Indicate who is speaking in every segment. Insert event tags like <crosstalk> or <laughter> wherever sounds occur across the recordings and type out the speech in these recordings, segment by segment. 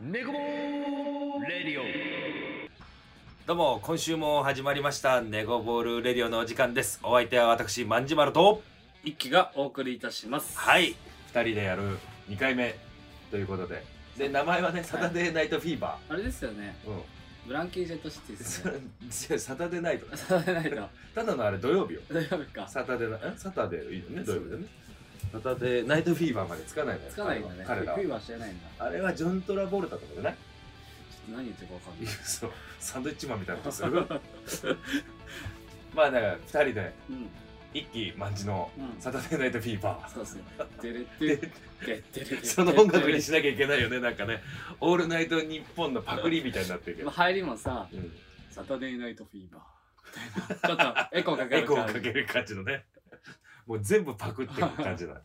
Speaker 1: ネコボールレディオ
Speaker 2: どうも、今週も始まりました、ネゴボールレディオのお時間です。お相手は私、まんじまると、
Speaker 3: 一気がお送りいたします。
Speaker 2: はい、二人でやる2回目ということで。で、名前はね、サタデーナイトフィーバ
Speaker 3: あれですよね。
Speaker 2: ー。
Speaker 3: ブランキージェットシティですね。
Speaker 2: うん。 <laughs> サタデーナイト。
Speaker 3: サタデーナイ
Speaker 2: ただのあれ土曜日よ。
Speaker 3: ト。大丈夫か。
Speaker 2: サタデーナ、えサタデーいいよね、土
Speaker 3: そう
Speaker 2: 曜日だね。サタデーナイトフィーバーまでつかないのよ。
Speaker 3: つかないんだね。
Speaker 2: 彼らは
Speaker 3: フィ
Speaker 2: 彼らは
Speaker 3: ーバー知らないんだ。ちょ
Speaker 2: あれはジョン・トラボルタとかじゃない <laughs>
Speaker 3: っと何言ってるかわかんない。
Speaker 2: そう、サンドイッチマンみたいなことす <laughs> る。まあ、だから二人で、
Speaker 3: うん。
Speaker 2: 一気万事の
Speaker 3: うん。
Speaker 2: サタデーナイトフィーバー。
Speaker 3: そうですね。てれってれってれって。
Speaker 2: その音楽にしなきゃいけないよね、なんかね。オールナイトニッポンのパクリみたいになってるけ
Speaker 3: ま
Speaker 2: ど
Speaker 3: あ。入りもさ、
Speaker 2: うん、
Speaker 3: サタデーナイトフィーバーみたいな。ちょっとエコーか
Speaker 2: <laughs>
Speaker 3: け
Speaker 2: エ
Speaker 3: る
Speaker 2: コー
Speaker 3: か
Speaker 2: をかける感じのね。もう全部パクってる感
Speaker 3: <laughs>
Speaker 2: じだ。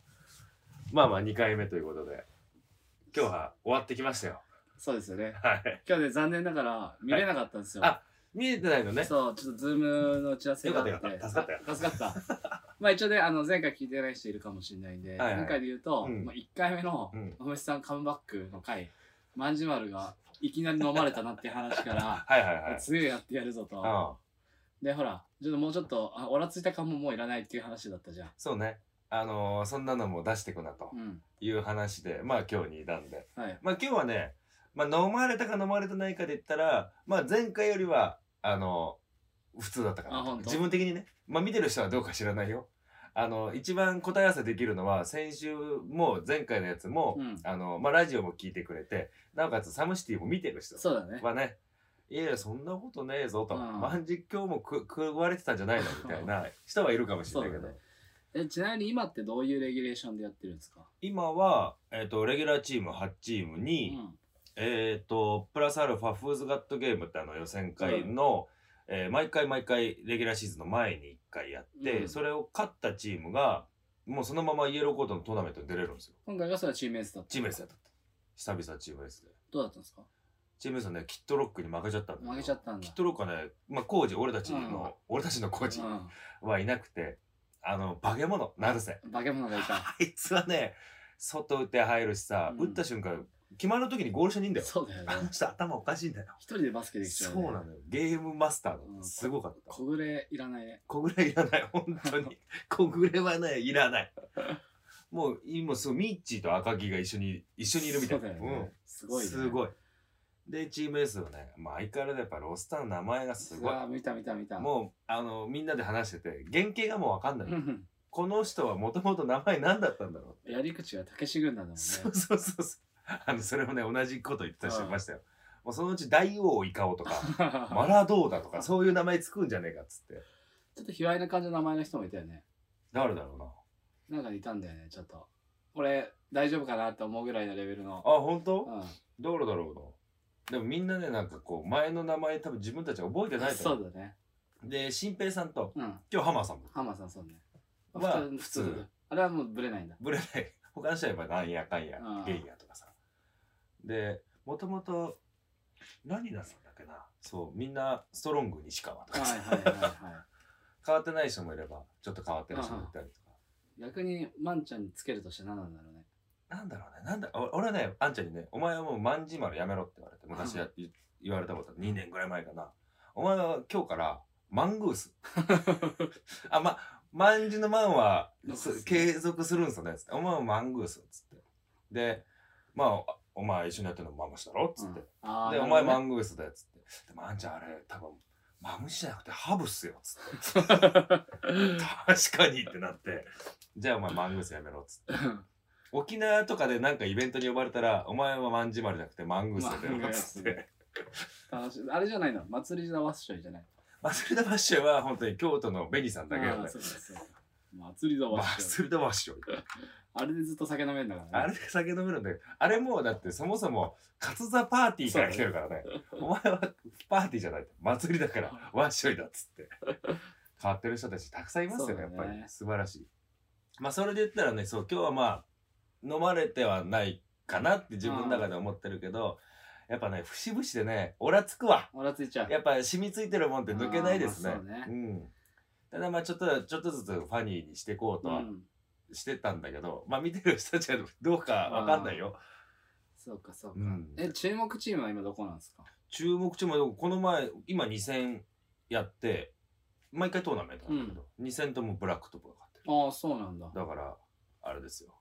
Speaker 2: まあまあ、2回目ということで。今日は終わってきましたよ。
Speaker 3: そうですよね。
Speaker 2: はい。
Speaker 3: 今日ね、残念ながら見れなかったんですよ。
Speaker 2: はい見えてないのね。
Speaker 3: そう、ちょっとズームの打ち合わせがあって。
Speaker 2: よかったよかった助か
Speaker 3: あ助かった。 <laughs> まあ一応ね、あの前回聞いてない人いるかもしれないんで、
Speaker 2: はいはい
Speaker 3: 今回で言うと、
Speaker 2: うん
Speaker 3: まあ、1回目の
Speaker 2: うん
Speaker 3: 野口さんカムバックの回、まんじまるがいきなり飲まれたなっていう話から、
Speaker 2: はいはいはい。
Speaker 3: 強いやってやるぞと。
Speaker 2: うん。
Speaker 3: で、ほら、ちょっともうちょっと、あおらついた感ももういらないっていう話だったじゃん。
Speaker 2: そうね。あのーそんなのも出してくなと
Speaker 3: うん。
Speaker 2: いう話で、まあ今日に至んで。
Speaker 3: はい。
Speaker 2: まあ今日はね、まあ飲まれたか飲まれてないかで言ったら、まあ前回よりは、あの、普通だったか
Speaker 3: あ
Speaker 2: な。
Speaker 3: 本当
Speaker 2: 自分的にね。まあ見てる人はどうか知らないよ。あの、一番答え合わせできるのは、先週も前回のやつも、
Speaker 3: うん
Speaker 2: あの、まあラジオも聞いてくれて、なおかつサムシティも見てる人
Speaker 3: そうだね。
Speaker 2: はね、いやいや、そんなことねえぞと。
Speaker 3: うん
Speaker 2: 万事今日もく食われてたんじゃないのみたいな人はいるかもしれ
Speaker 3: そ
Speaker 2: な
Speaker 3: う
Speaker 2: いけ
Speaker 3: だ
Speaker 2: ど。
Speaker 3: ね。え、ちなみに今ってどういうレギュレーションでやってるんですか
Speaker 2: 今は、えっ、と、レギュラーチーム8チーム
Speaker 3: う
Speaker 2: に、
Speaker 3: ん。
Speaker 2: えっ、と、プラスアルファ、フーズガットゲームってあの予選会の、えー毎回毎回、レギュラーシーズンの前に1回やって、
Speaker 3: うん
Speaker 2: それを勝ったチームが、もうそのままイエローコートのトーナメントに出れるんですよ。
Speaker 3: 今回がそれはチームエースだった。
Speaker 2: チームレスやったって。久々チームレスで。
Speaker 3: どうだったんですか
Speaker 2: チームレスはね、キットロックに負けちゃったんだけど
Speaker 3: 負けちゃったんだ。
Speaker 2: キットロックはね、まあ、コーチ、俺たちの、
Speaker 3: うん
Speaker 2: 俺たちのコーチ
Speaker 3: うん
Speaker 2: はいなくて、あの、化け物、なるせ。
Speaker 3: 化け物がいた。
Speaker 2: あいつはね、外打って入るしさ、
Speaker 3: うん
Speaker 2: 打った瞬間、決まる時にゴール下にいんだよ。
Speaker 3: そうだよ
Speaker 2: <laughs> あの
Speaker 3: ね。
Speaker 2: 人頭おかしいんだよ。
Speaker 3: 一人でバスケできちゃう、
Speaker 2: そ
Speaker 3: ね。
Speaker 2: うなのよ。ゲームマスター
Speaker 3: う
Speaker 2: の。
Speaker 3: ん
Speaker 2: すごかった。
Speaker 3: 小暮いらないね。
Speaker 2: 小暮いら
Speaker 3: <laughs>
Speaker 2: ない。本当に。小暮はね、いらない。もう、今、そう、ミッチーと赤木が一緒に、一緒にいるみたいな。
Speaker 3: そうだよねすごい、ね。
Speaker 2: すごい。で、チーム S はね、まあ、相変わらずやっぱロスターの名前がす
Speaker 3: す
Speaker 2: ご
Speaker 3: ご
Speaker 2: い。
Speaker 3: い。見た見た見た。
Speaker 2: もう、あの、みんなで話してて、原型がもうわかんない。
Speaker 3: うん
Speaker 2: この人はもともと名前何だったんだろうって
Speaker 3: <laughs> やり口が武志軍団だもんね。 <laughs>
Speaker 2: そうそうそうそう。 <laughs> あの、それもね、同じこと言ってた人
Speaker 3: う
Speaker 2: い
Speaker 3: ん
Speaker 2: ましたよ。もうそのうち大王イカオと
Speaker 3: <laughs>
Speaker 2: か、マラドーダとか、そういう名前つくんじゃねえかっつって。
Speaker 3: ちょっと卑猥な感じの名前の人もいたよね。
Speaker 2: 誰だろうな。
Speaker 3: なんかいたんだよね、ちょっと。俺、大丈夫かなって思うぐらいのレベルの。
Speaker 2: あ、本当
Speaker 3: うん、
Speaker 2: 誰だろうな。でもみんなね、なんかこう、前の名前多分自分たちは覚えてないと
Speaker 3: そ
Speaker 2: 思う。
Speaker 3: うだね。
Speaker 2: で、新平さんと、
Speaker 3: うん。
Speaker 2: 今日ハマーさんも。
Speaker 3: ハマさんそうね。
Speaker 2: は
Speaker 3: 普通
Speaker 2: 普通。
Speaker 3: あれはもうブレないんだ。
Speaker 2: ブレない。 <laughs> 他の人はやっぱなんやかんや
Speaker 3: うん、
Speaker 2: ゲイやとかさ。で、もともと、何なんだっけな。そう、みんなストロング西川と
Speaker 3: はい
Speaker 2: かさ。
Speaker 3: はいはいは
Speaker 2: 変わってない人もいれば、ちょっと変わってる人もいたりとか。
Speaker 3: い。逆に、マンちゃんにつけるとして何なんだろうね。
Speaker 2: なんだろうね、なんだ、お俺はね、あんちゃんにね、お前はもう万事丸やめろって言われて、昔や、言言われたこと2年ぐらい前かな。お前は今日から、マングー
Speaker 3: <laughs>
Speaker 2: ス。あ、ま、万事のマンは、す継続するんすよね、つって。お前はマングース、つって。で、まあ、おお前一緒にやってるのマムシだろ、つって。
Speaker 3: うんあー
Speaker 2: で、お前
Speaker 3: な
Speaker 2: マ
Speaker 3: <laughs> る
Speaker 2: ングースだよ、つって。でもあんちゃんあれ、多分、マムシじゃなくてハブっすよ、つって。
Speaker 3: ほどね
Speaker 2: 確かにってなって。じゃあお前マングースやめろ、つって。沖縄とかでなんかイベントに呼ばれたら、お前はマンジマルじゃなくてマングースだ
Speaker 3: マング
Speaker 2: よ
Speaker 3: ー
Speaker 2: っ
Speaker 3: ス
Speaker 2: つって。
Speaker 3: 楽しいあれじゃないの祭りじゃわっしょいじゃない
Speaker 2: マスルダワッショイは本当に京都の紅さんだけど
Speaker 3: あー
Speaker 2: ね
Speaker 3: そ。うそうそう祭りだわ
Speaker 2: マ
Speaker 3: っしょ
Speaker 2: ス
Speaker 3: い。
Speaker 2: ルダワッショイ。
Speaker 3: あれでずっと酒飲めんだから
Speaker 2: あれで酒飲めるんだけど、あれもうだってそもそも、カツザパーティーから来てるからね。お前はパーティーじゃない。祭りだからワッショイだっつって。変わってる人たちたくさんいますよね、や
Speaker 3: そ
Speaker 2: っ
Speaker 3: うだね
Speaker 2: ぱり。素晴らしい。まあそれで言ったらね、そう、今日はまあ、飲まれてはないかなって自分の中で思ってるけど、やっぱね、節々でね、オラつくわ。
Speaker 3: おらついちゃ
Speaker 2: <laughs>
Speaker 3: う。
Speaker 2: やっぱ染みついてるもんって抜けないですね
Speaker 3: あー。まあ
Speaker 2: う
Speaker 3: そ
Speaker 2: ん。ただまあちょっと、ちょっとずつファニーにしていこうと
Speaker 3: う
Speaker 2: は
Speaker 3: ん
Speaker 2: してたんだけど、まあ見てる人たちはどうかわかんないよ。
Speaker 3: そうかそうか、
Speaker 2: うん
Speaker 3: え注目チームは今どこなんですか
Speaker 2: 注目チームはこの前今2戦やって毎回トーナメントなんだけど、2戦ともブラックトップが勝ってる
Speaker 3: ああそうなんだ
Speaker 2: だからあれですよ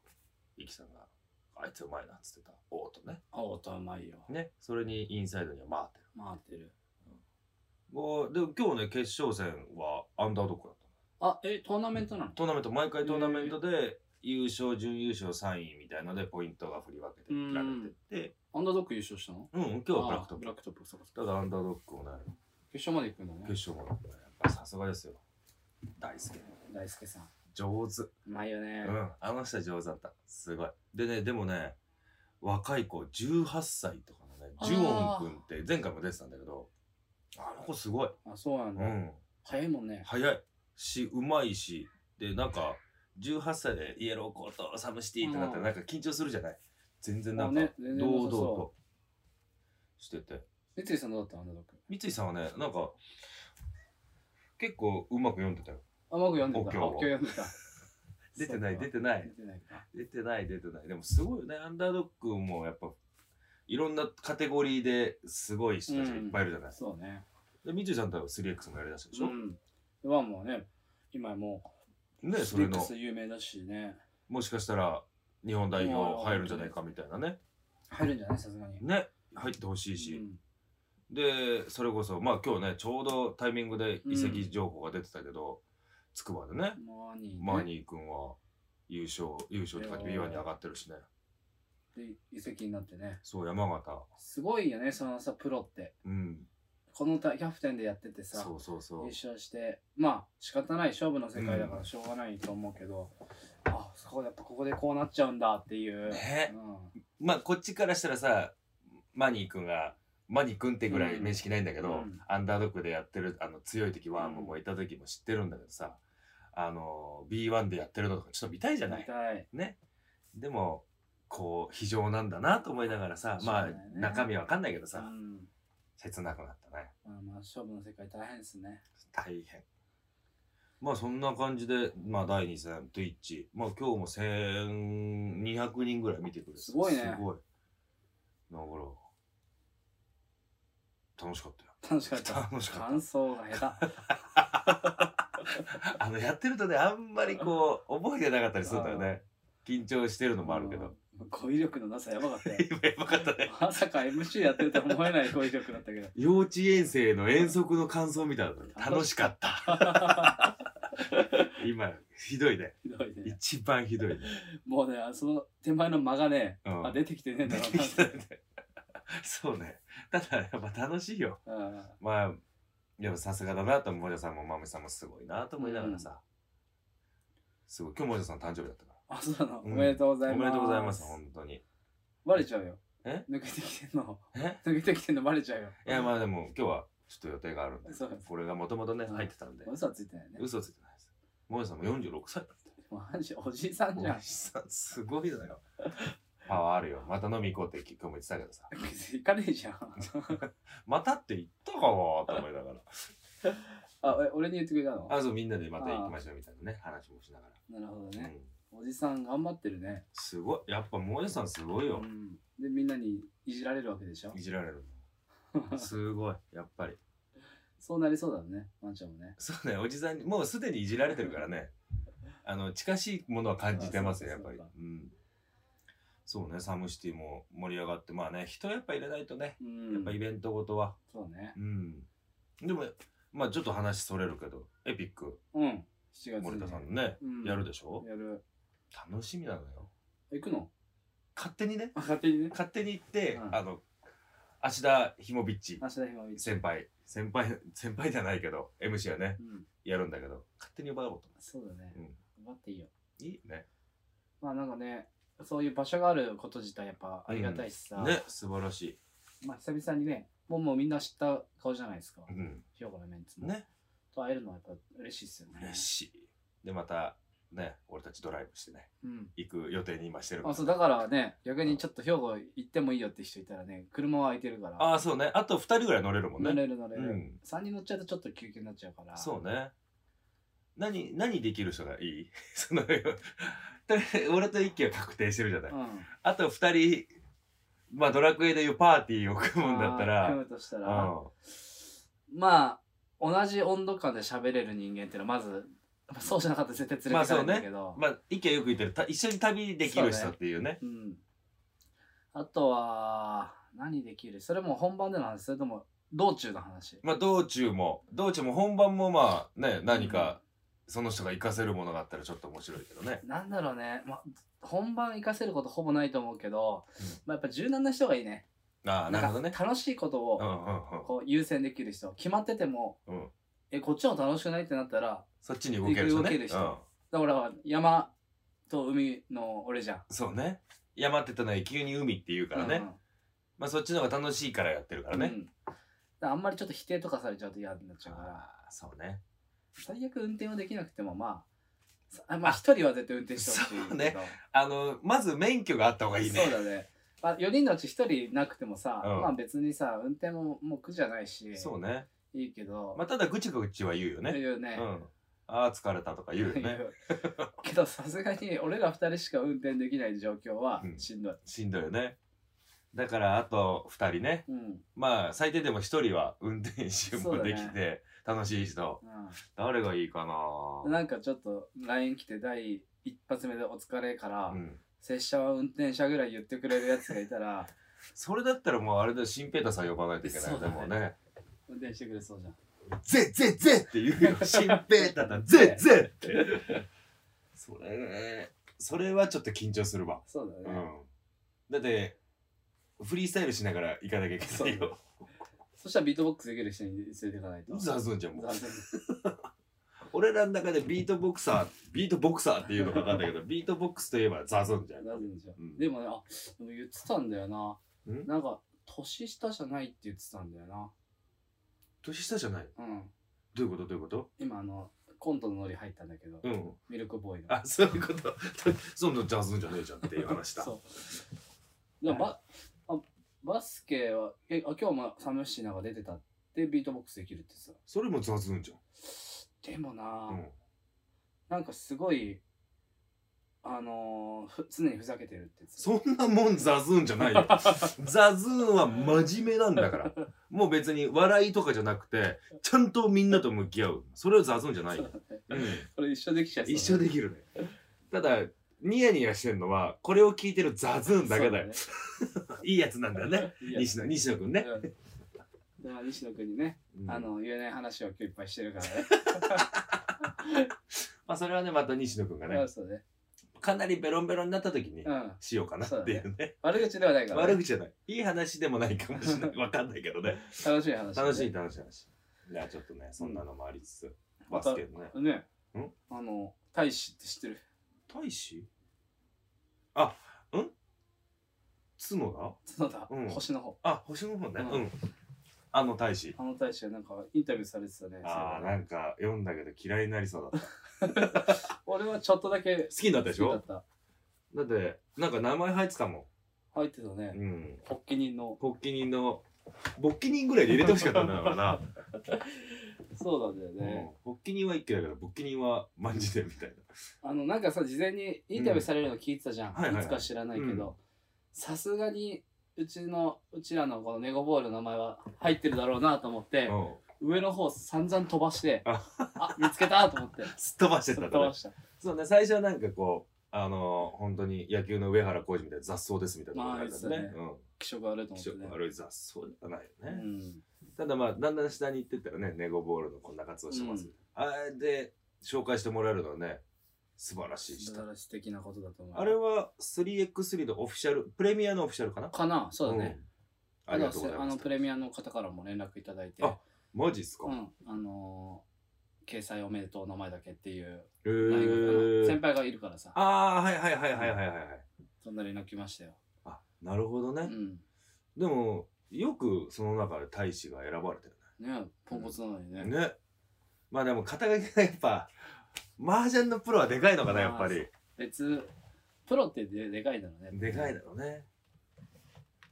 Speaker 2: イキさんが「あいつうまいな」っつってたオートね
Speaker 3: 青とうまいよ
Speaker 2: ねそれにインサイドには回ってる
Speaker 3: 回ってる
Speaker 2: おーでも今日ね決勝戦はアンダードッグだっ
Speaker 3: あえトーナメントなの
Speaker 2: たトーナメント毎回トーナメントで優勝準優勝3位みたいのでポイントが振り分けてられてって
Speaker 3: アンダードック優勝したの
Speaker 2: うん、今日はブラックトッ
Speaker 3: あー
Speaker 2: プ
Speaker 3: ブラックトップそうかそうか
Speaker 2: ただアンダードッグをね
Speaker 3: 決勝まで行くんだね
Speaker 2: 決勝もねやっぱさすがですよ大好き
Speaker 3: 大輔さん
Speaker 2: 上手
Speaker 3: うまいよね、
Speaker 2: うん、あの人は上手だった。すごい。でね、でもね、若い子、18歳とかのね、
Speaker 3: あー
Speaker 2: ジュオン君って前回も出てたんだけど、あの子すごい。
Speaker 3: あそうなん
Speaker 2: う
Speaker 3: だ、
Speaker 2: ん。
Speaker 3: 早いもんね
Speaker 2: 早いし、うまいし、で、なんか、18歳でイエローコート、サムシティってなった
Speaker 3: う
Speaker 2: ら
Speaker 3: ん
Speaker 2: なんか緊張するじゃない全然なん
Speaker 3: あ
Speaker 2: か
Speaker 3: ね、全然な
Speaker 2: 堂
Speaker 3: さそう
Speaker 2: 々としてて。
Speaker 3: 三井さんどうだったアンダードック
Speaker 2: 三井さんはね、なんか、結構うまく読んでたよ。
Speaker 3: あうまく読んでた
Speaker 2: 補強を
Speaker 3: あ補強読んでた
Speaker 2: <laughs> 出てない、
Speaker 3: そうか
Speaker 2: 出てない。
Speaker 3: 出てないか
Speaker 2: 出てない出てないでもすごいよねアンダードッグもやっぱいろんなカテゴリーですごい人たちがいっぱいいるじゃない、
Speaker 3: そうね
Speaker 2: でみちゅさんとは 3X もやりだしたでしょ、
Speaker 3: んワンもね今もう
Speaker 2: ねそれの
Speaker 3: 6X 有名だしね
Speaker 2: もしかしたら日本代表入るんじゃないかみたいなね
Speaker 3: 入るんじゃないさすがに
Speaker 2: ね入ってほしいし、
Speaker 3: ん
Speaker 2: でそれこそまあ今日ねちょうどタイミングで移籍情報が出てたけどつくばでね
Speaker 3: マーニーね、
Speaker 2: マーニー君は優勝優勝とかで B1 に上がってるしね
Speaker 3: で移籍になってね
Speaker 2: そう山形
Speaker 3: すごいよねそのさプロって
Speaker 2: うん
Speaker 3: このたキャプテンでやっててさ
Speaker 2: そうそうそ
Speaker 3: 優
Speaker 2: う
Speaker 3: 勝してまあ仕方ない勝負の世界だからしょうがないと思うけど、あそこやっぱここでこうなっちゃうんだっていう、
Speaker 2: ね
Speaker 3: うん
Speaker 2: まあこっちからしたらさマニー君がマニー君ってぐらい
Speaker 3: うん
Speaker 2: 面識ないんだけど、
Speaker 3: うん
Speaker 2: アンダードッグでやってるあの強い時ワン
Speaker 3: うん
Speaker 2: もいた時も知ってるんだけどさ、あの B1 でやってるのとかちょっと見たいじゃな
Speaker 3: 見
Speaker 2: い
Speaker 3: たい
Speaker 2: ねでもこう非常なんだなと思いながらさ、
Speaker 3: そう
Speaker 2: ま
Speaker 3: だ
Speaker 2: あ
Speaker 3: よね
Speaker 2: 中身わかんないけどさ、
Speaker 3: うん
Speaker 2: 切なくなったね
Speaker 3: まあ、まあ勝負の世界大変ですね
Speaker 2: 大変まあそんな感じで、まあ、第2戦トゥイッチまあ今日も1200人ぐらい見てくれて
Speaker 3: すごいね
Speaker 2: すごいだから楽しかったよ <laughs>
Speaker 3: 楽しかった
Speaker 2: 楽しかった
Speaker 3: 感想が下手
Speaker 2: あのやってるとねあんまりこ
Speaker 3: <laughs>
Speaker 2: う覚えてなかったりするんだよね緊張してるのもあるけど
Speaker 3: うん語彙力のなさやばかったよ
Speaker 2: 今 <laughs> やばかったね
Speaker 3: まさか MC やってるとは思えない語彙力だったけど
Speaker 2: <laughs> 幼稚園生の遠足の感想みたいなの楽しかった今ひどいね
Speaker 3: ひどいね
Speaker 2: 一番ひどいね、
Speaker 3: もうねあその手前の間がね、
Speaker 2: うん <laughs>
Speaker 3: あ出てきてねえんだろう
Speaker 2: できたんでそうねただやっぱ楽しいよ
Speaker 3: なうん
Speaker 2: まあでもさすがだなと思う森田さんもまみさんもすごいなと思いながらさ、すごい今日森田さん誕生日だったか
Speaker 3: あそうなの、
Speaker 2: うん
Speaker 3: おめでとうござ
Speaker 2: ら
Speaker 3: い
Speaker 2: お
Speaker 3: ま
Speaker 2: め
Speaker 3: す
Speaker 2: でとうございます本当に
Speaker 3: バレちゃうよ
Speaker 2: え
Speaker 3: 抜けてきてんの
Speaker 2: え
Speaker 3: 抜けてきてんのバレちゃうよ
Speaker 2: いやまあでも今日はちょっと予定があるんで
Speaker 3: そうです
Speaker 2: これがもともとね
Speaker 3: うん
Speaker 2: 入ってたんで、
Speaker 3: 嘘はついてないね
Speaker 2: 嘘ついてないです森田さんも46歳だって
Speaker 3: マジおじいさんじゃ
Speaker 2: 森
Speaker 3: ん
Speaker 2: 田さんすごいのよパワーあるよまた飲み行こうって今日も言ってたけどさ
Speaker 3: 行かねえじゃん
Speaker 2: またって言ったかなと思いながら
Speaker 3: あえ俺に言ってくれたの
Speaker 2: あそうみんなでまた行きましょうみたいなね話もしなが
Speaker 3: なるほど
Speaker 2: ら、う
Speaker 3: ね、
Speaker 2: ん
Speaker 3: おじさん頑張ってるね、
Speaker 2: すごいやっぱ萌えさんすごいうよ、
Speaker 3: ん、でみんなにいじられるわけでしょ
Speaker 2: いじられるの
Speaker 3: <laughs>
Speaker 2: すごいやっぱり
Speaker 3: そうなりそうだねワンちゃんもね
Speaker 2: そうねおじさんにもうすでにいじられてるからねあの近しいものは感じてますよ
Speaker 3: あ
Speaker 2: やっ
Speaker 3: そ
Speaker 2: ぱ
Speaker 3: うか
Speaker 2: り
Speaker 3: そうか
Speaker 2: うんそうねサムシティも盛り上がってまあね人やっぱ入れないとね
Speaker 3: うん
Speaker 2: やっぱイベントごとは
Speaker 3: そうね
Speaker 2: うん、でもまあちょっと話それるけどエピック
Speaker 3: うん7月に
Speaker 2: 森田さんのね、
Speaker 3: うん
Speaker 2: やるでしょ
Speaker 3: やる
Speaker 2: 楽しみなのよ
Speaker 3: 行くの <laughs>
Speaker 2: 勝手にね
Speaker 3: あ勝手にね
Speaker 2: 勝手に行って、
Speaker 3: うん
Speaker 2: あの芦田ひもびっち
Speaker 3: 明日ひまみち
Speaker 2: 先輩先輩先輩じゃないけど MC はね
Speaker 3: うん
Speaker 2: やるんだけど勝手に呼ばれよう
Speaker 3: そうだね
Speaker 2: と思う、
Speaker 3: 頑張っていいよ
Speaker 2: うん、いいね
Speaker 3: まあなんかねそういう場所があること自体やっぱありがたいしさ、
Speaker 2: ね素晴らしい、
Speaker 3: まあ久々にねもうもうみんな知った顔じゃないですか
Speaker 2: うん、
Speaker 3: 兵庫のメンツも
Speaker 2: ね
Speaker 3: と会えるのはやっぱ嬉しいですよね
Speaker 2: 嬉しいでまたね俺たちドライブしてね
Speaker 3: うん
Speaker 2: 行く予定に今してるから
Speaker 3: あそうだからね逆にちょっと兵庫行ってもいいよって人いたらね車は空いてるから
Speaker 2: ああそうねあと2人ぐらい乗れるもん
Speaker 3: 乗
Speaker 2: ね
Speaker 3: れる乗れる、
Speaker 2: うん
Speaker 3: 3人乗っちゃうとちょっと休憩になっちゃうから
Speaker 2: そうね何何できる人がいい <laughs> そのとりあえず俺と一気は確定してるじゃない、
Speaker 3: うん
Speaker 2: あと2人まあドラクエでいうパーティーを組むんだったら、
Speaker 3: あー
Speaker 2: うん
Speaker 3: 組むとしたら、まあ同じ温度感で喋れる人間っていうのはまずそうじゃなかったら絶対連れてかれるんだけど、
Speaker 2: まあ意見よく言ってるた一緒に旅できる
Speaker 3: そう
Speaker 2: 人
Speaker 3: ね
Speaker 2: っていうね
Speaker 3: うん、あとは何できるそれも本番での話それとも道中の話
Speaker 2: まあ道中も道中も本番もまあね何かその人が活かせるものがあったらちょっと面白いけどね
Speaker 3: なんだろうね、ま、本番活かせることほぼないと思うけど、
Speaker 2: うん
Speaker 3: まあ、やっぱ柔軟な人がいいね
Speaker 2: ああなるほど
Speaker 3: ん
Speaker 2: ね
Speaker 3: か楽しいこと
Speaker 2: うんう
Speaker 3: を
Speaker 2: んうん
Speaker 3: こう優先できる人決まってても、
Speaker 2: うん
Speaker 3: えこっちの方楽しくないってなったら
Speaker 2: そっちに動ける人ね
Speaker 3: 動ける人
Speaker 2: うん
Speaker 3: だから山と海の俺じゃん
Speaker 2: そうね山って言ったのに急に海って言うからね、
Speaker 3: うんうん
Speaker 2: まあそっちの方が楽しいからやってるからね、
Speaker 3: うんだからあんまりちょっと否定とかされちゃうと嫌になっちゃうから
Speaker 2: ああそうね
Speaker 3: 最悪運転はできなくてもまあさあまあ一人は絶対運転してほしい
Speaker 2: そう
Speaker 3: け
Speaker 2: ね
Speaker 3: ど
Speaker 2: あのまず免許があった方がいいね
Speaker 3: そうだね、まあ、4人のうち1人なくてもさ、
Speaker 2: うん
Speaker 3: まあ別にさ運転ももう苦じゃないし
Speaker 2: そうね
Speaker 3: いいけど、
Speaker 2: まあただぐちぐちは言うよ
Speaker 3: と
Speaker 2: ね
Speaker 3: いう
Speaker 2: う
Speaker 3: ね、
Speaker 2: んああ疲れたとか言うよ
Speaker 3: <laughs>
Speaker 2: ね
Speaker 3: けどさすがに俺ら2人しか運転できない状況は
Speaker 2: うん
Speaker 3: しんどい、
Speaker 2: しんどいよねだからあと2人ね
Speaker 3: うん
Speaker 2: まあ最低でも1人は運転手
Speaker 3: そう
Speaker 2: も
Speaker 3: だね
Speaker 2: できて、楽しい人誰がいいか
Speaker 3: う、
Speaker 2: なん
Speaker 3: なんかちょっと LINE 来て第一発目で「お疲れ」から、
Speaker 2: うん、
Speaker 3: 拙者は運転者ぐらい言ってくれるやつがいたら <laughs>
Speaker 2: それだったらもうあれだよ新平太さん呼ばないといけない
Speaker 3: そう
Speaker 2: で
Speaker 3: だね
Speaker 2: もね
Speaker 3: 運転してくれそうじゃん
Speaker 2: 「ぜぜぜ」って言う
Speaker 3: <laughs>
Speaker 2: よ新平太だ「ぜぜ」ってそれねそれはちょっと緊張するわ
Speaker 3: そうだ
Speaker 2: う
Speaker 3: ね、
Speaker 2: んだってフリースタイルしながら行かなきゃいけないよ
Speaker 3: そしたらビートボックスできる人に連れていかないと
Speaker 2: ザズンじゃんもう
Speaker 3: 残念
Speaker 2: 俺らの中でビートボクサービートボクサーっていうのか分かんないけどビートボックスといえばザズンじゃん
Speaker 3: なぜでしょう、
Speaker 2: うん
Speaker 3: でもねあでも言ってたんだよな、
Speaker 2: ん
Speaker 3: なんか年下じゃないって言ってたんだよな
Speaker 2: 年下じゃない
Speaker 3: うん
Speaker 2: どういうことどういうこと
Speaker 3: 今あのコントのノリ入ったんだけど、
Speaker 2: うん
Speaker 3: ミルクボーイの
Speaker 2: あそういうことそんなジャズンじゃねえじゃんっていう話だ
Speaker 3: そうでもバあバスケはえあ今日もサムシーナが出てたってビートボックスできるってさ
Speaker 2: それもザズンじ
Speaker 3: でもな、
Speaker 2: ゃん、うん、
Speaker 3: なんかすごいあのーふ常にふざけてるって言ってた
Speaker 2: そんなもんザズーンじゃないよ。ザズーンは真面目なんだから。もう別に笑いとかじゃなくて、ちゃんとみんなと向き合う。それはザズーンじゃないよ。うん
Speaker 3: これ一緒できちゃい <laughs> そう
Speaker 2: 一緒できるね。ただ、ニヤニヤしてんのは、これを聞いてるザズーンだけだよ。いいやつなんだよね。
Speaker 3: いい
Speaker 2: <laughs>
Speaker 3: や
Speaker 2: 西野、西野くんね。
Speaker 3: うんだから西野君にね、
Speaker 2: うん
Speaker 3: あの言えない話を今日いっぱいしてるからね。
Speaker 2: まあそれはね、また西野くんが
Speaker 3: そ
Speaker 2: ね
Speaker 3: う、そうね。
Speaker 2: かなりベロンベロンになった時に
Speaker 3: うん。
Speaker 2: しようかなっていうね。
Speaker 3: 悪口ではないから、
Speaker 2: <laughs> 悪
Speaker 3: ね。
Speaker 2: 口じゃない。いい話でもないかもしれない。わかんないけど
Speaker 3: <laughs>
Speaker 2: ね。
Speaker 3: 楽しい話、
Speaker 2: 楽しい。楽しい話。じゃあちょっとね、そんなのもありつつ、バスケのね。
Speaker 3: ね。
Speaker 2: ん
Speaker 3: あの、大使って知ってる。
Speaker 2: 大使あうん角が
Speaker 3: 角田、
Speaker 2: うん
Speaker 3: 星の方。
Speaker 2: あ星の方ね
Speaker 3: うん
Speaker 2: うんあの大使
Speaker 3: あの大使がなんかインタビューされてたね。
Speaker 2: あー
Speaker 3: そういえば
Speaker 2: な
Speaker 3: ね
Speaker 2: んか読んだけど嫌いになりそうだった好
Speaker 3: 俺はちょっとだけ
Speaker 2: きになったでし
Speaker 3: 好
Speaker 2: ょ
Speaker 3: きだっ
Speaker 2: だってなんか名前入ってたも
Speaker 3: た入ってた
Speaker 2: ん
Speaker 3: ね。
Speaker 2: うん
Speaker 3: 発起人の。
Speaker 2: 発起人の勃起人ぐらいで入れてほしかったんだからな、
Speaker 3: そうなんだよ
Speaker 2: う
Speaker 3: ね
Speaker 2: ん、、勃起人は一挙だけど勃起人はまんじてるみたい
Speaker 3: あの、なんかさ、事前にインタビューされるの聞いてたじゃん。
Speaker 2: うんはいはいはい
Speaker 3: いつか知らないけど。さすがに、うちの、うちらのこのネゴボールの名前は入ってるだろうなと思って。
Speaker 2: な、うん、
Speaker 3: 上の方散々飛ばして、
Speaker 2: あ
Speaker 3: あ、見つけたと思
Speaker 2: <laughs>
Speaker 3: って、
Speaker 2: すっ飛ばして
Speaker 3: す
Speaker 2: た
Speaker 3: っ
Speaker 2: ん
Speaker 3: 飛
Speaker 2: だ、
Speaker 3: ば
Speaker 2: ね、
Speaker 3: した。
Speaker 2: そうね最初はなんかこうあのー、本当に野球の上原浩二みたいな雑草ですみたいなことだったんだ
Speaker 3: まあ
Speaker 2: ね
Speaker 3: いいです
Speaker 2: うん
Speaker 3: 気色悪いと
Speaker 2: 気
Speaker 3: 思
Speaker 2: 色
Speaker 3: ってね。
Speaker 2: 悪い雑草じゃないよ
Speaker 3: う
Speaker 2: ね、
Speaker 3: ん。
Speaker 2: ただまあだんだん下に行ってったらねネゴボールのこんな活動してます、
Speaker 3: うん
Speaker 2: あれで紹介してもらえるのはね素晴らしい
Speaker 3: 素
Speaker 2: 人
Speaker 3: 晴らしい的なことだと思う。
Speaker 2: あれは 3x3 のオフィシャルプレミアのオフィシャルかな
Speaker 3: かなそうだね。、
Speaker 2: うんありがとうござい
Speaker 3: あ
Speaker 2: ま
Speaker 3: の、
Speaker 2: す
Speaker 3: プレミアの方からも連絡いただいて、
Speaker 2: あマジっすか、
Speaker 3: うん。あのー、掲載おめでとう名前だけっていう、
Speaker 2: へ
Speaker 3: LINE
Speaker 2: ー
Speaker 3: が先輩がいるからさ、
Speaker 2: ああはいはいはいはいはいはいはい
Speaker 3: そんな連絡来ましたよ。
Speaker 2: あなるほど
Speaker 3: う
Speaker 2: ね、
Speaker 3: ん。
Speaker 2: でもよくその中で大使が選ばれてる
Speaker 3: ねポンコツなのにね。
Speaker 2: ねねまあでも肩書きがやっぱ麻雀のプロはでかいのかなやっぱり
Speaker 3: 別、プロってででかいだろうね。
Speaker 2: でかいだろうね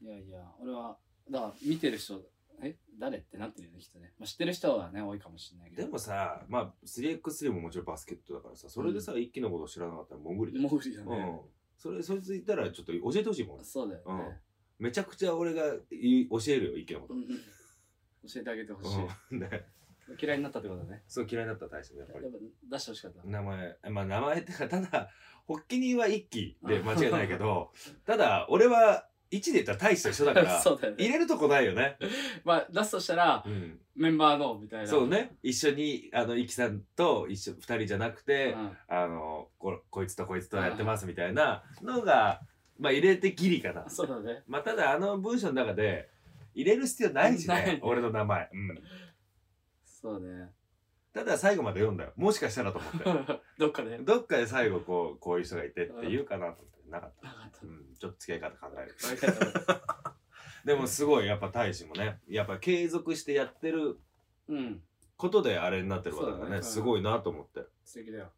Speaker 3: いやいや、俺は、だから見てる人、え誰ってなってるよね、きっとね。まあ、知ってる人はね、多いかもしれないけど。
Speaker 2: でもさ、まあ、3x3 ももちろんバスケットだからさ、それでさ、一気のこと知らなかったらもう無理だよ。
Speaker 3: もう無理だ
Speaker 2: う
Speaker 3: ね。
Speaker 2: ん。それ、そいついたらちょっと教えてほしいもん。
Speaker 3: そうだよね。
Speaker 2: めちゃくちゃ俺がい教えるよ、意見を
Speaker 3: う。んうん教えてあげてほし
Speaker 2: うんね
Speaker 3: い。嫌いになったってことだね。
Speaker 2: そう嫌いだった大使ね、やっぱ
Speaker 3: やっ
Speaker 2: り。
Speaker 3: ぱ出してほしかった。
Speaker 2: 名前、まあ名前ってか、ただ、発起人は一期で間違いないけど、 <laughs> ただ、俺は一で言ったら大使と一緒だから、
Speaker 3: <laughs> そうだよ
Speaker 2: 入
Speaker 3: ね。
Speaker 2: れるとこないよね。
Speaker 3: まあ出すとしたら
Speaker 2: うん。
Speaker 3: メンバーのみたいな。
Speaker 2: そうね。一緒に、あの、一期さんと一緒、二人じゃなく
Speaker 3: う
Speaker 2: て、
Speaker 3: ん。
Speaker 2: あのこ、こいつとこいつとやってますみたいなのが、まあ入れてギリかな。
Speaker 3: そうだね。
Speaker 2: まあただあの文章の中で入れる必要ないし
Speaker 3: ないね
Speaker 2: ね俺の名前、うん、
Speaker 3: そうね。
Speaker 2: ただ最後まで読んだよもしかしたらと思って
Speaker 3: <laughs> どっかで。
Speaker 2: どっかで最後こうこういう人がいてって言うかなと思ってなかっ、
Speaker 3: なかった
Speaker 2: うん、ちょっと付き合い方考える
Speaker 3: た。わかったわかった
Speaker 2: でもすごいやっぱ大使もねやっぱ継続してやってる
Speaker 3: うん。
Speaker 2: ことであれになってるわけだから
Speaker 3: そうだ
Speaker 2: ね
Speaker 3: ね
Speaker 2: すごいなと思って
Speaker 3: 素敵だよ。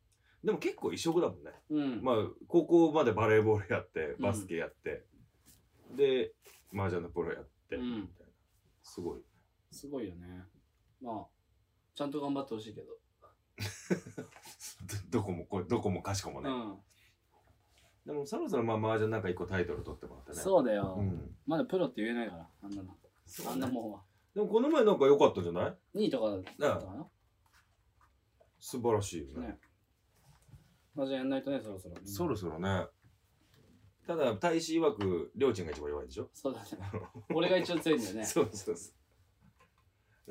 Speaker 2: でも結構異色だもんね
Speaker 3: うん。
Speaker 2: まあ高校までバレーボールやってバスケやって、で麻雀のプロやって、
Speaker 3: うん
Speaker 2: みたいなすごい
Speaker 3: すごいよね。まあちゃんと頑張ってほしいけど。
Speaker 2: どどこもこどこもかしこもね、
Speaker 3: うん。
Speaker 2: でもそろそろまあ麻雀なんか一個タイトル取ってもらってね。
Speaker 3: そうだ
Speaker 2: う
Speaker 3: よ。
Speaker 2: ん。
Speaker 3: まだプロって言えないからあんなの。あんなもんは。
Speaker 2: でもこの前なんか良かったんじゃない
Speaker 3: 2位とかだったかな。
Speaker 2: 素晴らしいよね。
Speaker 3: ね。まあじゃあやんないとね、そろそろ。
Speaker 2: そろそろね。ただ大使曰くりょうちんが一番弱いでしょ、
Speaker 3: そうだね。俺が一応強いんだよ
Speaker 2: <laughs>
Speaker 3: ね。
Speaker 2: そうそうそう。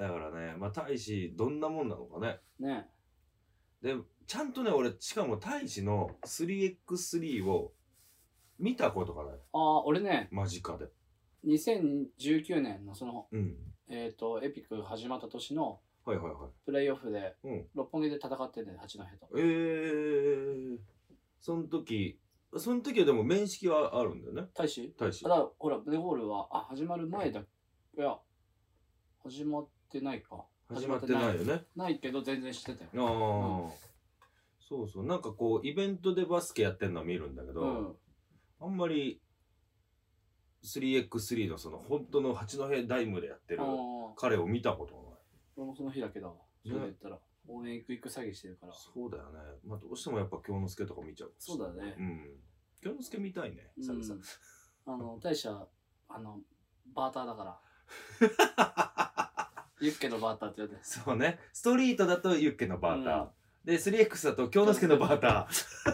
Speaker 2: だからね、まあ大使どんなもんなのかね。
Speaker 3: ね。
Speaker 2: で、ちゃんとね、俺しかも大使の 3x3 を見たことがない。
Speaker 3: ああ、俺ね、
Speaker 2: 間近で。
Speaker 3: 2019年のその、
Speaker 2: うん。
Speaker 3: えっ、と、エピック始まった年の
Speaker 2: はいはいはい。
Speaker 3: プレイオフで、
Speaker 2: うん
Speaker 3: 六本木で戦ってんだよ、八戸と。
Speaker 2: えー、その時、その時はでも面識はあるんだよね。
Speaker 3: 大使
Speaker 2: 大使
Speaker 3: あだからほら、ネゴールは、あ、始まる前だ。いや、始まってないか。
Speaker 2: 始まってないよね
Speaker 3: ないけど、全然知ってたよ。
Speaker 2: ああ、そうそうなんかこうイベントでバスケやってんのは見るんだけど、
Speaker 3: うん。
Speaker 2: あんまり 3x3 のその本当の八戸ダイムでやってる
Speaker 3: ああ、
Speaker 2: 彼を見たことがない
Speaker 3: 俺もその日だけだわ。そ
Speaker 2: ね
Speaker 3: うだ言ったら、応援行く行く詐欺してるから。
Speaker 2: <laughs> そうだよねまあどうしてもやっぱ京之助とか見ちゃう
Speaker 3: そうだね
Speaker 2: うん京之助見たいね
Speaker 3: う
Speaker 2: 久々、
Speaker 3: ん、あの大社あのバーターだから
Speaker 2: <laughs>
Speaker 3: ユッケのバーターって言われて
Speaker 2: そうねストリートだとユッケのバーター、
Speaker 3: うん
Speaker 2: で 3x だと京之助のバーター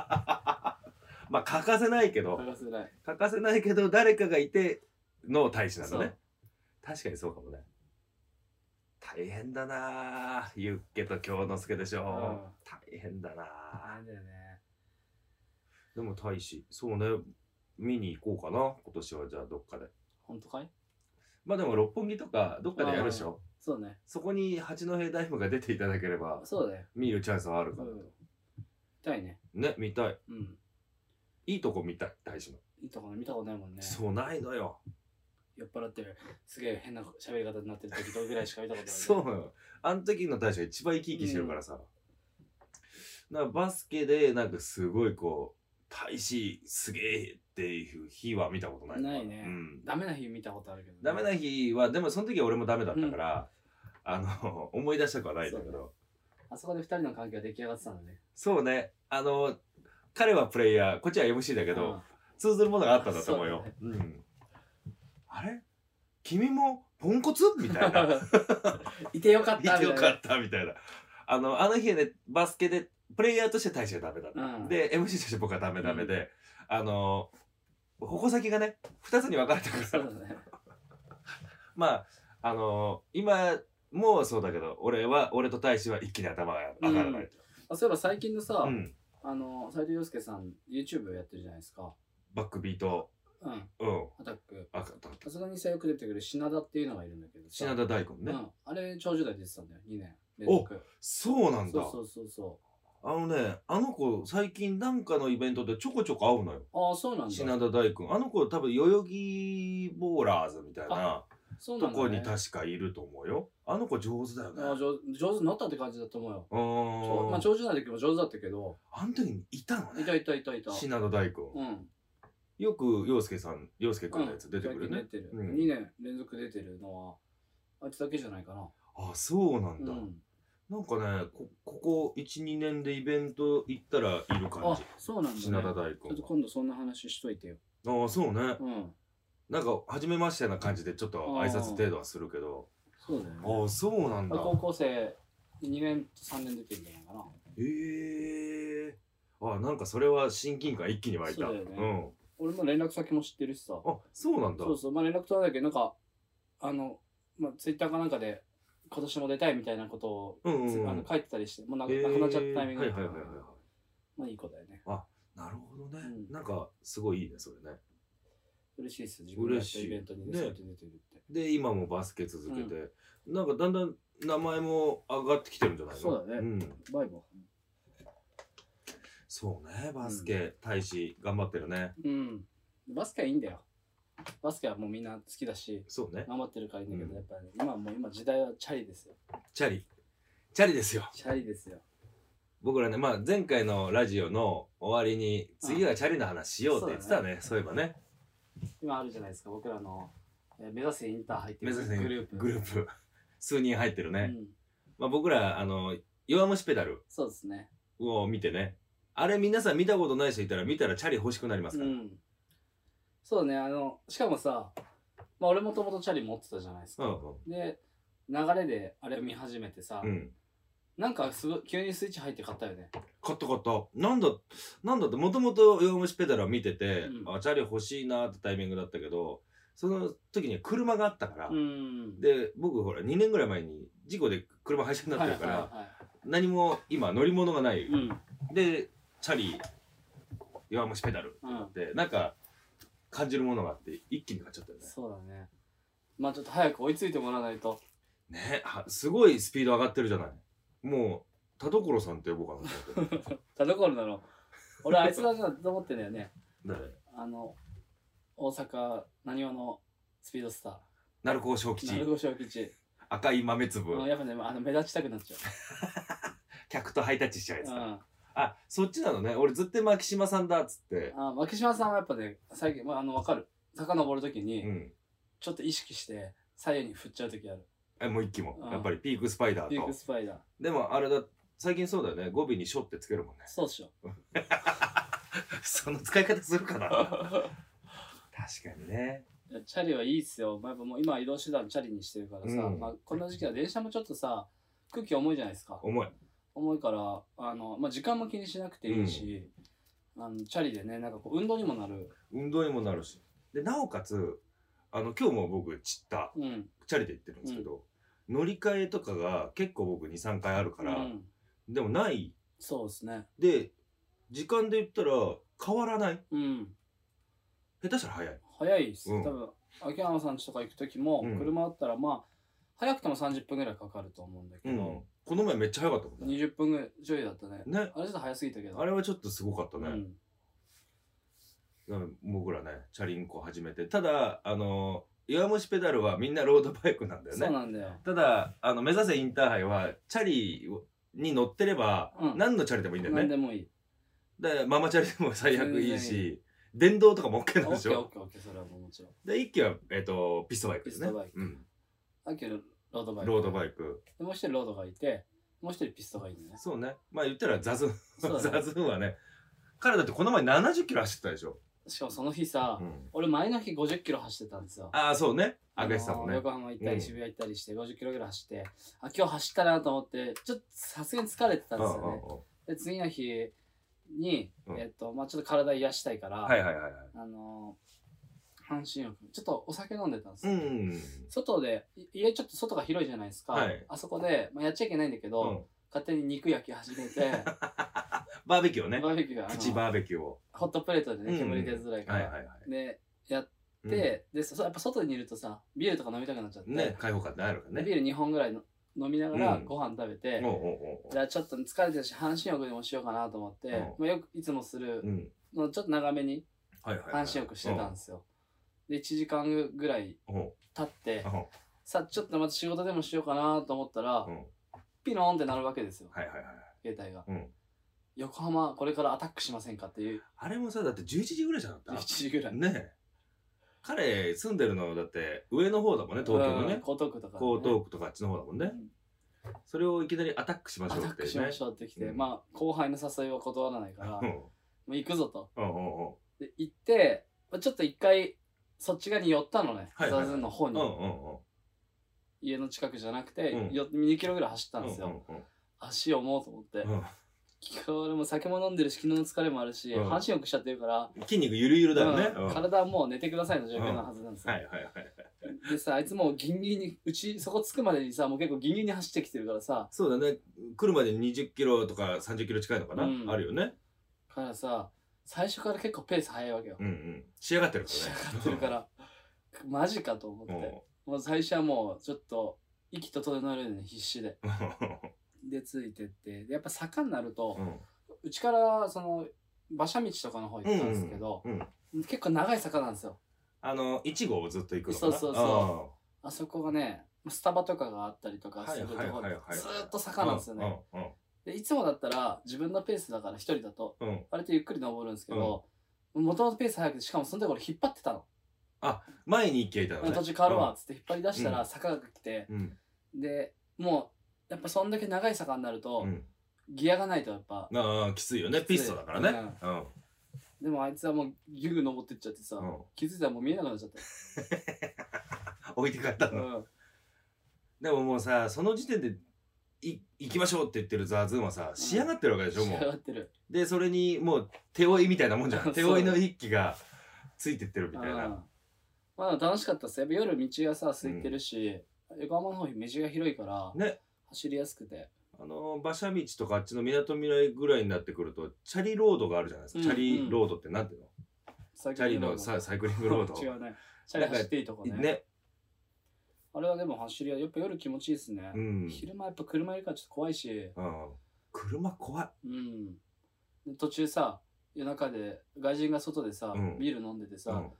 Speaker 2: <laughs> まあ欠かせないけど、
Speaker 3: 探せない
Speaker 2: 欠かせないけど誰かがいての大使な
Speaker 3: そ
Speaker 2: の
Speaker 3: う
Speaker 2: ね確かにそうかもね大変だなあユッケと京之助でしょ、
Speaker 3: うん
Speaker 2: 大変だな
Speaker 3: あ
Speaker 2: あ
Speaker 3: れだよね
Speaker 2: でも大使そうね見に行こうかな今年はじゃあどっかで
Speaker 3: 本当かい
Speaker 2: まあでも六本木とかどっかでやるでしょ
Speaker 3: そうね
Speaker 2: そこに八戸大夫が出ていただければ
Speaker 3: そうだよ
Speaker 2: 見るチャンスはある
Speaker 3: う
Speaker 2: から、
Speaker 3: ん痛いね
Speaker 2: ね見たい
Speaker 3: うん
Speaker 2: いいとこ見たい大使の、
Speaker 3: いいところ見たことないもんね
Speaker 2: そうないのよ
Speaker 3: 酔っ払ってるすげえ変な喋り方になってる時どうぐらいしか見たこと
Speaker 2: <laughs>
Speaker 3: ない、
Speaker 2: そうなの。あの時の大将が一番生き生きしてるからさ。なんかバスケで、なんかすごいこう、大使すげえっていう日は見たことない。
Speaker 3: ないね
Speaker 2: うん。
Speaker 3: ダメな日見たことあるけどね、
Speaker 2: ダメな日は、でもその時は俺もダメだったから、あの、 <laughs> 思い出したくはないんだけ
Speaker 3: そうね
Speaker 2: ど。
Speaker 3: あそこで二人の関係が出来上がってたんだね
Speaker 2: そうね。あの、彼はプレイヤー、こっちは MC だけど、通ずるものがあったんだと思うよ。うん。あれ君もポンコツみた
Speaker 3: う
Speaker 2: いな。
Speaker 3: んいてよかった
Speaker 2: <laughs>
Speaker 3: みたいな
Speaker 2: よかったみたいな。あの、あの日はね、バスケで、プレイヤーとして大使がダメだった。
Speaker 3: うん
Speaker 2: で、MC として僕はダメダメで、あの、矛先がね、二つに分かれたか
Speaker 3: そ
Speaker 2: ら
Speaker 3: う、だね
Speaker 2: まあ、あの、今もうそうだけど、俺は、俺と大使は一気に頭が上がらない。
Speaker 3: あそういえば最近のさ、
Speaker 2: うん。
Speaker 3: あの斉藤洋介さん YouTube をやってるじゃないですか。
Speaker 2: バックビート、
Speaker 3: うん。
Speaker 2: うん。
Speaker 3: アタック。
Speaker 2: あった。
Speaker 3: さすがにさよく出てくる品田っていうのがいるんだけどさ。
Speaker 2: 品田大根ね。
Speaker 3: うん。あれ長寿代出てたんだよ。2年連続。
Speaker 2: そうなんだ。
Speaker 3: そうそうそうそ
Speaker 2: あのね、あの子、最近なんかのイベントでちょこちょこ会うのよ。
Speaker 3: う。ああそうなんだ。
Speaker 2: 品田大君。あの子多分、代々木ボーラーズみたいな。
Speaker 3: そうな
Speaker 2: と
Speaker 3: んだ、ね。
Speaker 2: こに確かいると思うよ。あの子上手だよね。
Speaker 3: ああ上上手になったって感じだと思うよ。
Speaker 2: うーん。
Speaker 3: まあ長寿代の時も上手だったけど。
Speaker 2: あの時にいたの
Speaker 3: いた
Speaker 2: ね。
Speaker 3: いたいたいた。
Speaker 2: 品田大君。
Speaker 3: うん。
Speaker 2: よく陽介さん、陽介くんのやつ出てく
Speaker 3: う
Speaker 2: る
Speaker 3: ん最
Speaker 2: ね
Speaker 3: 近。出てる、
Speaker 2: うん
Speaker 3: 2年連続出てるのはあいつだけじゃないかな。
Speaker 2: あ、そうなん
Speaker 3: う
Speaker 2: だ。
Speaker 3: ん。
Speaker 2: なんかね、こここ1、2年でイベント行ったらいる感
Speaker 3: あ
Speaker 2: じ。
Speaker 3: そうなんだ、ね。
Speaker 2: 品田大
Speaker 3: ちょっと
Speaker 2: 君
Speaker 3: 今度そんな話しといてよ。
Speaker 2: は。ああ、そうね。
Speaker 3: うん。
Speaker 2: なんか初めましてな感じでちょっと挨拶程度はするけど
Speaker 3: そうだよね
Speaker 2: ああそうなんだ
Speaker 3: 高校生2年3年出てるんじゃないかな
Speaker 2: ええあなんかそれは親近感一気に湧いた
Speaker 3: そうだよね俺も連絡先も知ってるしさ
Speaker 2: うんあそうなんだ
Speaker 3: そうそうまあ連絡取らないけどなんかあの、まあ、ツイッターかなんかで今年も出たいみたいなことを、
Speaker 2: うんうんうん
Speaker 3: あの書いてたりしてもうな,、
Speaker 2: えー
Speaker 3: なくなっちゃったタイミング
Speaker 2: は
Speaker 3: だ
Speaker 2: い
Speaker 3: った
Speaker 2: は
Speaker 3: ん
Speaker 2: いはい
Speaker 3: だけど
Speaker 2: はいはい
Speaker 3: まあいい子だよね
Speaker 2: なるほどね、
Speaker 3: うん
Speaker 2: なんかすごいいいねそれね
Speaker 3: 嬉しいですよ自分がやった
Speaker 2: 嬉しい
Speaker 3: イベントにね
Speaker 2: ね
Speaker 3: そうやって出てるって、
Speaker 2: で今もバスケ続けて、なんかだんだん名前も上がってきてるんじゃないの
Speaker 3: そうだね
Speaker 2: ん、
Speaker 3: バイボ
Speaker 2: そうねバスケ大使頑張ってるね
Speaker 3: うんバスケはいいんだよバスケはもうみんな好きだし
Speaker 2: そうね
Speaker 3: 頑張ってるからいいんだけど、
Speaker 2: うん
Speaker 3: やっぱね今はもう今時代はチャリですよ
Speaker 2: チャリチャリですよ
Speaker 3: チャリですよ
Speaker 2: 僕らね、まあ、前回のラジオの終わりに次はチャリの話しようって言ってたねそういえばね
Speaker 3: 今あるじゃないですか僕らの、えー目指せインターハイってい
Speaker 2: 目
Speaker 3: う
Speaker 2: 指せ
Speaker 3: グループ
Speaker 2: グループ <laughs> 数人入ってるね、
Speaker 3: うん、
Speaker 2: まあ、僕らあの弱虫ペダル
Speaker 3: そうですね
Speaker 2: を見てねあれ皆さん見たことない人いたら見たらチャリ欲しくなります
Speaker 3: う
Speaker 2: から、
Speaker 3: んそうねあのしかもさ、まあ、俺もともとチャリ持ってたじゃないです
Speaker 2: う
Speaker 3: か、
Speaker 2: んうん
Speaker 3: で流れであれ見始めてさ、
Speaker 2: うん、
Speaker 3: なんかすごい急にスイッチ入って買ったよね
Speaker 2: 買った買ったなんだなんだってもともと弱虫ペダルを見てて、
Speaker 3: うん
Speaker 2: あチャリ欲しいなってタイミングだったけどその時に車があったから、
Speaker 3: うん
Speaker 2: で僕ほら2年ぐらい前に事故で車廃車になってるから、
Speaker 3: はいはいは
Speaker 2: 何も今乗り物がない、
Speaker 3: い、うん
Speaker 2: でチャリ弱虫ペダル
Speaker 3: うん
Speaker 2: ってなんか感じるものがあって一気に買っちゃったよね
Speaker 3: そうだねまあちょっと早く追いついてもらわないと
Speaker 2: ねはすごいスピード上がってるじゃないもう田所さんって呼ぼうかなと思って
Speaker 3: 田所だろ俺あいつだなと思ってんだよね
Speaker 2: 誰
Speaker 3: あの大阪何わのスピードスタ
Speaker 2: 鳴子小
Speaker 3: ー鳴
Speaker 2: 吉
Speaker 3: 子小吉
Speaker 2: 赤い豆粒、
Speaker 3: うんやっぱねあの目立ちたくなっちゃ
Speaker 2: 客とハイタッチしちゃうや
Speaker 3: う、
Speaker 2: つ
Speaker 3: う
Speaker 2: だ、
Speaker 3: ん、
Speaker 2: あそっちなのね俺ずっと牧島さんだっつって
Speaker 3: あ牧島さんはやっぱね最近、まあ、あの分かる遡るときに、
Speaker 2: うん
Speaker 3: ちょっと意識して左右に振っちゃうときある
Speaker 2: えもう一気も
Speaker 3: うん
Speaker 2: やっぱりピークスパイダ
Speaker 3: ピ
Speaker 2: ー
Speaker 3: ーク
Speaker 2: と
Speaker 3: スパイダー
Speaker 2: でもあれだ最近そうだよね語尾に「ショ」ってつけるもん
Speaker 3: <laughs>
Speaker 2: ね
Speaker 3: そう
Speaker 2: <laughs>
Speaker 3: っしょ
Speaker 2: その使い方するかな確かにね
Speaker 3: いやチャリはいいっすよ、まあ、やっぱもう今は移動手段チャリにしてるからさ、
Speaker 2: うん
Speaker 3: まあ、こんな時期は電車もちょっとさ空気重いじゃないですか
Speaker 2: 重い
Speaker 3: 重いからあの、まあ、時間も気にしなくていいし、あのチャリでねなんかこう運動にもなる
Speaker 2: 運動にもなるしでなおかつあの今日も僕散った
Speaker 3: うん
Speaker 2: チャリで行ってるんですけど、乗り換えとかが結構僕23回あるから、
Speaker 3: うん、
Speaker 2: でもない
Speaker 3: そうですね
Speaker 2: で時間で言ったら変わらない
Speaker 3: うん
Speaker 2: 下手したら早い
Speaker 3: 早いっす、
Speaker 2: うん
Speaker 3: 多分秋山さん家とか行く時も、
Speaker 2: うん
Speaker 3: 車だったらまあ早くても30分ぐらいかかると思うんだけ
Speaker 2: う
Speaker 3: ど、
Speaker 2: んこの前めっちゃ早かったもんね
Speaker 3: 20分ぐらいちょいだったね。
Speaker 2: ね
Speaker 3: あれちょっと早すぎたけど。
Speaker 2: あれはちょっとすごかったね、
Speaker 3: うん。
Speaker 2: だから僕らねチャリンコ始めてただあの弱虫ペダルはみんなロードバイクなんだよ
Speaker 3: そう
Speaker 2: ね
Speaker 3: なんだよ。
Speaker 2: ただあの目指せインターハイはチャリに乗ってれば、
Speaker 3: うん
Speaker 2: 何のチャリでもいいんだよ
Speaker 3: 何で
Speaker 2: ね
Speaker 3: もいい。
Speaker 2: だからママチャリでも最悪いい
Speaker 3: 全然い
Speaker 2: し電動とかも
Speaker 3: オ
Speaker 2: OK
Speaker 3: ッ
Speaker 2: なん
Speaker 3: ケ
Speaker 2: でし
Speaker 3: ーオッ
Speaker 2: ょ
Speaker 3: ケーオッケー、それはもうもちろん。
Speaker 2: で一機は、えっとピストバイクですね
Speaker 3: ピストバイク
Speaker 2: うん、
Speaker 3: だけど、ロードバイク。
Speaker 2: ロード
Speaker 3: イ
Speaker 2: バイク
Speaker 3: ク。もう一人ロードがいて、もう一人ピストがいいん
Speaker 2: <laughs>
Speaker 3: だね。
Speaker 2: そうねまあ言ったらザズン
Speaker 3: そうだね
Speaker 2: <laughs> ザズンはね彼だってこの前70キロ走ってたでしょ、
Speaker 3: しかもその日さ、
Speaker 2: うん
Speaker 3: 俺前の日50キロ走ってたんですよ。
Speaker 2: ああそうね上げてたもん
Speaker 3: あの
Speaker 2: ね
Speaker 3: 横浜行っ
Speaker 2: う
Speaker 3: たり
Speaker 2: ん
Speaker 3: 渋谷行ったりして50キロぐらい走って、あ、今日走ったなと思って、ちょっとさすがに疲れてたんですよね。で、次の日に、
Speaker 2: うん
Speaker 3: えっと、まあちょっと体癒したいか
Speaker 2: う
Speaker 3: ら、
Speaker 2: んうんうんはいはいはいはい
Speaker 3: あのー、半身浴。ちょっとお酒飲んでたんです
Speaker 2: う
Speaker 3: よ。
Speaker 2: ん
Speaker 3: 外でい家ちょっと外が広いじゃないですか、
Speaker 2: はい
Speaker 3: あそこで、まあ、やっちゃいけないんだけど、
Speaker 2: うん
Speaker 3: 勝手に肉焼き始め
Speaker 2: <laughs>
Speaker 3: て
Speaker 2: バーベキューをね
Speaker 3: バーベキューがあ
Speaker 2: プ
Speaker 3: の
Speaker 2: チバーベキューを
Speaker 3: ホットプレートで
Speaker 2: う
Speaker 3: ね
Speaker 2: ん
Speaker 3: 煙出づらいか
Speaker 2: はい
Speaker 3: ら、
Speaker 2: はいはい
Speaker 3: でやって、でそやっぱ外にいるとさビールとか飲みたくなっちゃって、
Speaker 2: ね開放感ってあるから
Speaker 3: ビ
Speaker 2: ね
Speaker 3: ール2本ぐらいの飲みながら
Speaker 2: うん
Speaker 3: ご飯食べて、
Speaker 2: おうおうおう
Speaker 3: じゃあちょっと疲れてるし半身浴でもしようかなと思って、
Speaker 2: うん
Speaker 3: まあ、よくいつもする
Speaker 2: うん
Speaker 3: のちょっと長めに
Speaker 2: はいはいはい
Speaker 3: 半身浴してたんですよ、で1時間ぐらい
Speaker 2: おう
Speaker 3: 経って
Speaker 2: おう
Speaker 3: さあちょっとまた仕事でもしようかなと思ったら、
Speaker 2: うん
Speaker 3: ピローンってなるわけですよ、
Speaker 2: はいはいはい
Speaker 3: 携帯が、
Speaker 2: うん
Speaker 3: 横浜これからアタックしませんかっていう
Speaker 2: あれもさだって11時ぐらいじゃなかっ
Speaker 3: 1時ぐら
Speaker 2: た
Speaker 3: い
Speaker 2: ねえ彼住んでるのだって上の方だもんね東京の
Speaker 3: うん
Speaker 2: ね
Speaker 3: 江東区とか、ね、
Speaker 2: 江東区とかあっちの方だもん
Speaker 3: う
Speaker 2: ね
Speaker 3: ん
Speaker 2: それをいきなりアタックしま
Speaker 3: ア
Speaker 2: し
Speaker 3: タ
Speaker 2: ょう
Speaker 3: ッ
Speaker 2: って
Speaker 3: ク
Speaker 2: ね
Speaker 3: しましょうってきて、
Speaker 2: うん
Speaker 3: まあ後輩の誘いは断らないから、
Speaker 2: うん
Speaker 3: もう行くぞと
Speaker 2: うんうんうん
Speaker 3: で行って、まあ、ちょっと一回そっち側に寄ったのね、
Speaker 2: はいはいはい
Speaker 3: ザズンの方
Speaker 2: う
Speaker 3: に、
Speaker 2: んうんうん
Speaker 3: 家の近くじゃなくて、
Speaker 2: うん
Speaker 3: よ2キロぐらい走ったんですよ、
Speaker 2: うんうん
Speaker 3: 足をもうと思って、
Speaker 2: うんうん
Speaker 3: これも酒も飲んでるし昨日の疲れもあるし、
Speaker 2: うん
Speaker 3: 半身浴しちゃってるから、
Speaker 2: 筋肉ゆるゆるだよね、
Speaker 3: うん
Speaker 2: うんはい
Speaker 3: 体はもう寝てくださいの状況なはずなんですよ、
Speaker 2: はいはい
Speaker 3: でさあいつもうギンギンにうちそこ着くまでにさもう結構ギンギンに走ってきてるからさ
Speaker 2: そうだね来るまで20キロとか30キロ近いのかな、
Speaker 3: うん
Speaker 2: あるよね
Speaker 3: からさ最初から結構ペース早いわけよ
Speaker 2: うんうん仕上がってるか
Speaker 3: 仕上
Speaker 2: らね
Speaker 3: がってる
Speaker 2: <laughs>
Speaker 3: からマジかと思って、もう最初はもうちょっと息整えるのに必死ででついてってでやっぱ坂になると
Speaker 2: う、んうん
Speaker 3: うちからその馬車道とかの方行ったんですけど、
Speaker 2: うんうん
Speaker 3: 結構長い坂なんですよ
Speaker 2: あの1号をずっと行くのかな
Speaker 3: そうそうそあそこがねスタバとかがあったりとかするとこ
Speaker 2: はいはい
Speaker 3: ろ
Speaker 2: はい
Speaker 3: で
Speaker 2: はい
Speaker 3: ずーっと坂なんですよね、
Speaker 2: うんうん
Speaker 3: でいつもだったら自分のペースだから一人だと
Speaker 2: うんうん
Speaker 3: 割とゆっくり登るんですけどもともとペース早くてしかもその時俺引っ張ってたの、
Speaker 2: 前に行けいたのね
Speaker 3: 途中変わるわっつって引っ張り出した
Speaker 2: う
Speaker 3: ら
Speaker 2: ん
Speaker 3: 坂が来て、
Speaker 2: うん
Speaker 3: でもうやっぱそんだけ長い坂になると、
Speaker 2: うん
Speaker 3: ギアがないとやっぱ
Speaker 2: ああきついよねピストだからねうん
Speaker 3: でもあいつはもうギュグ登ってっちゃってさ、
Speaker 2: うん
Speaker 3: 気づいたらもう見えなくなっちゃった
Speaker 2: 置いてか <laughs> れた
Speaker 3: う
Speaker 2: の
Speaker 3: ん
Speaker 2: でももうさその時点でい行きましょうって言ってるザーズンはさ仕上がってるわけでしょ
Speaker 3: 仕
Speaker 2: も
Speaker 3: 上
Speaker 2: う
Speaker 3: がってる
Speaker 2: でそれにもう手負いみたいなもんじゃ
Speaker 3: <laughs> そ
Speaker 2: ん
Speaker 3: う
Speaker 2: 手負いの一気がついてってるみたい
Speaker 3: うん
Speaker 2: な
Speaker 3: まあ楽しかったっすやっぱ夜道がさ空いてるし、横浜の方道が広いから
Speaker 2: ね
Speaker 3: 走りやすくて
Speaker 2: あの馬車道とかあっちのみなとみらいぐらいになってくるとチャリロードがあるじゃないですか、
Speaker 3: うん
Speaker 2: チャリロードってなんていうの
Speaker 3: チ
Speaker 2: チャリのササイクリングロー
Speaker 3: 違
Speaker 2: ド
Speaker 3: うねチャリ走っていいとこね
Speaker 2: ね、
Speaker 3: あれはでも走りややっぱ夜気持ちいいですね、
Speaker 2: うん、
Speaker 3: 昼間やっぱ車いるからちょっと怖いし
Speaker 2: うん、車怖い
Speaker 3: うんで途中さ夜中で外人が外でさ、
Speaker 2: うん
Speaker 3: ビール飲んでて
Speaker 2: う
Speaker 3: さ、
Speaker 2: ん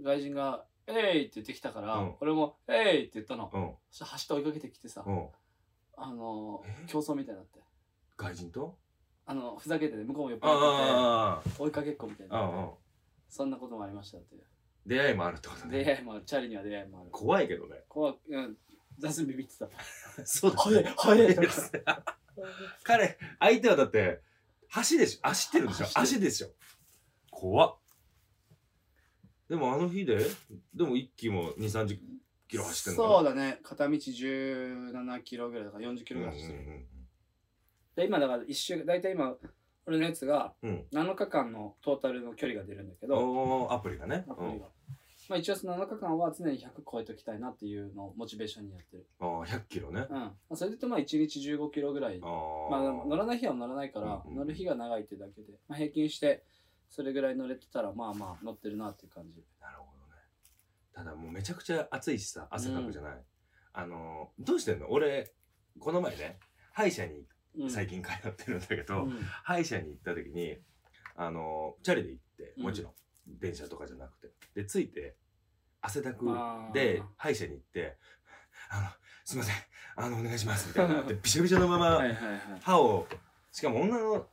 Speaker 3: 外人が「えい!」って言ってきたから、
Speaker 2: うん
Speaker 3: 俺も「えい!」って言ったの、
Speaker 2: うん
Speaker 3: そして走って追いかけてきてさ、
Speaker 2: うん
Speaker 3: あのー
Speaker 2: え
Speaker 3: 競争みたいになって
Speaker 2: 外人と
Speaker 3: あのふざけてて向こうも酔っ
Speaker 2: ああ
Speaker 3: 払って
Speaker 2: あ
Speaker 3: て追いかけっこみたいに
Speaker 2: ああ
Speaker 3: な
Speaker 2: ああ
Speaker 3: そんなこともありましたっていう
Speaker 2: 出会いもあるってことね
Speaker 3: 出会いもあるチャリには出会いもある
Speaker 2: 怖いけどね
Speaker 3: 怖くうんザスビビってた
Speaker 2: <laughs> そうだ
Speaker 3: 早い早いとか
Speaker 2: <laughs> 彼相手はだって足でしょ走ってるでしょ
Speaker 3: 走ってる
Speaker 2: 足でしょ怖っでもあの日ででも一気も2 3 0キロ走ってんの
Speaker 3: そううだね片道17キロぐらいだから40キロ
Speaker 2: ん
Speaker 3: ぐ
Speaker 2: うん
Speaker 3: ら
Speaker 2: う
Speaker 3: い走ってる、
Speaker 2: ん
Speaker 3: で今だから一週大体今俺のやつが
Speaker 2: うん
Speaker 3: 7日間のトータルの距離が出るんだけど、
Speaker 2: おーアプリがね
Speaker 3: アプリがまあ、一応その7日間は常に100超えときたいなっていうのをモチベーションにやってる、
Speaker 2: うん、あー100キロね
Speaker 3: うんまあ、それで言うとまあ1日15キロぐらい
Speaker 2: あー
Speaker 3: まあ、乗らない日は乗らないから、
Speaker 2: うんうん
Speaker 3: 乗る日が長いってだけで、まあ、平均してそれぐらい乗れてたらまあまあ乗ってるなっていう感じ
Speaker 2: なるほどね。ただもうめちゃくちゃ暑いしさ、汗かくじゃない。あのー、どうしてんの俺、この前ね、歯医者に
Speaker 3: うん
Speaker 2: 最近通ってるんだけど、
Speaker 3: うん
Speaker 2: 歯医者に行った時に、あのー、チャリで行って、もちろん、電車とかじゃなくて。で、着いて、汗だく
Speaker 3: あー
Speaker 2: で、歯医者に行って、あの、すいません、あの、お願いします、みたい
Speaker 3: <laughs>
Speaker 2: な。で、びしゃびしゃのま
Speaker 3: は
Speaker 2: ま、
Speaker 3: いはいはい、
Speaker 2: 歯を、しかも女の、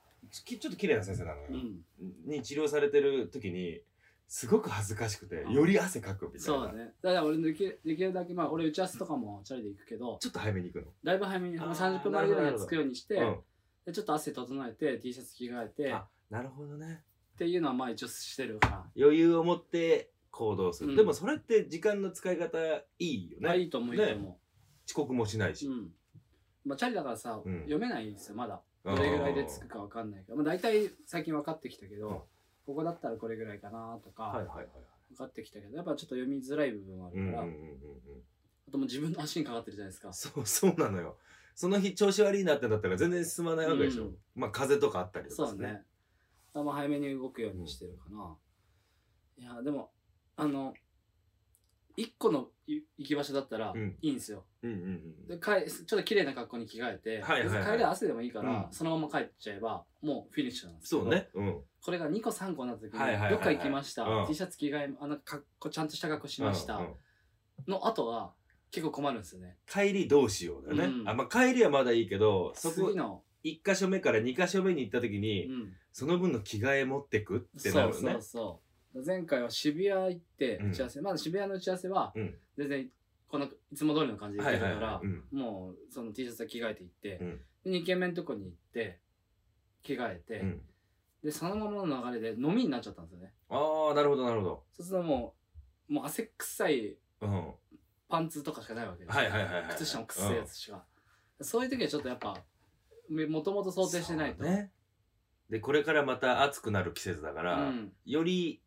Speaker 2: きちょっと綺麗な先生なのよ。
Speaker 3: うん、
Speaker 2: に治療されてる時にすごく恥ずかしくて
Speaker 3: うん
Speaker 2: より汗かくみたい
Speaker 3: そう
Speaker 2: な、
Speaker 3: だねだから俺できるできるだけまあ俺打ち合わせとかもチャリで行くけど
Speaker 2: ちょっと早めに行く
Speaker 3: だいぶ早めに
Speaker 2: あー
Speaker 3: 30分前ぐらいには着くようにして、
Speaker 2: の、うん、
Speaker 3: でちょっと汗整えて T シャツ着替えて
Speaker 2: あなるほどね
Speaker 3: っていうのはまあ一応してるから、
Speaker 2: 余裕を持って行動する、
Speaker 3: うん
Speaker 2: でもそれって時間の使い方いいよね、
Speaker 3: まあいいと思ういいと思う、
Speaker 2: 遅刻もしないし、
Speaker 3: うんまあ、チャリだからさ、
Speaker 2: うん
Speaker 3: 読めないんですよまだ
Speaker 2: あー
Speaker 3: どれぐらいで着くかわかんないから、まあ、大体最近分かってきたけど、
Speaker 2: うん
Speaker 3: ここだったらこれぐらいかなとか、
Speaker 2: はいはいはい
Speaker 3: 分かってきたけどやっぱちょっと読みづらい部分はあ
Speaker 2: う
Speaker 3: る
Speaker 2: んうん
Speaker 3: か
Speaker 2: うんう
Speaker 3: ら、
Speaker 2: んうん
Speaker 3: あともう自分の足にかかってるじゃないですか
Speaker 2: そう <laughs> そうなのよその日調子悪いなってなったら全然進まないわけでしょ、
Speaker 3: うん
Speaker 2: まあ風邪とかあったりと
Speaker 3: そう
Speaker 2: か
Speaker 3: だねあんま早めに動くようにしてるかな、いやでもあの1個のい行き場所だったら
Speaker 2: うん
Speaker 3: いいんですよ、
Speaker 2: うんうんう
Speaker 3: で
Speaker 2: ん
Speaker 3: かえちょっと綺麗な格好に着替えて、
Speaker 2: はいはいはい
Speaker 3: 別に帰りは汗でもいいから、
Speaker 2: うん
Speaker 3: そのまま帰っちゃえばもうフィニッシュなんですけ
Speaker 2: そ
Speaker 3: ど
Speaker 2: うねうん
Speaker 3: これが2個3個になった時に、
Speaker 2: はいはいはいはい
Speaker 3: どっか行きました、
Speaker 2: うん
Speaker 3: T シャツ着替えあなんか格好ちゃんとした格好しました、
Speaker 2: うんうん
Speaker 3: の後は結構困るんですよね
Speaker 2: 帰りどうしようだよね、
Speaker 3: うん
Speaker 2: あまあ帰りはまだいいけどそこ
Speaker 3: 次の、
Speaker 2: 1箇所目から2箇所目に行った時
Speaker 3: う
Speaker 2: に、
Speaker 3: ん、
Speaker 2: その分の着替え持ってくってな
Speaker 3: そ
Speaker 2: る
Speaker 3: う
Speaker 2: よ
Speaker 3: そ
Speaker 2: ね
Speaker 3: うそう前回は渋谷行って
Speaker 2: うん
Speaker 3: 打ち合わせ、まだ渋谷の打ち合わせは
Speaker 2: うん
Speaker 3: 全然このいつも通りの感じで行
Speaker 2: は
Speaker 3: っ
Speaker 2: い
Speaker 3: てた
Speaker 2: は
Speaker 3: か
Speaker 2: い
Speaker 3: ら、
Speaker 2: はい、うん
Speaker 3: もうその T シャツは着替えて行って
Speaker 2: う、ん
Speaker 3: で2軒目のとこに行って着替えて、
Speaker 2: うん、
Speaker 3: でそのままの流れで飲みになっちゃったんですよね
Speaker 2: ああなるほどなるほど
Speaker 3: そうするともうもう汗臭い
Speaker 2: うん。
Speaker 3: パンツとかしかないわけです
Speaker 2: はいはいはいはい。
Speaker 3: 靴下も臭いやつしか、そういう時はちょっとやっぱもともと
Speaker 2: うん
Speaker 3: 想定してないと
Speaker 2: そうね。で、これからまた暑くなる季節だか
Speaker 3: う
Speaker 2: ら、
Speaker 3: ん、
Speaker 2: より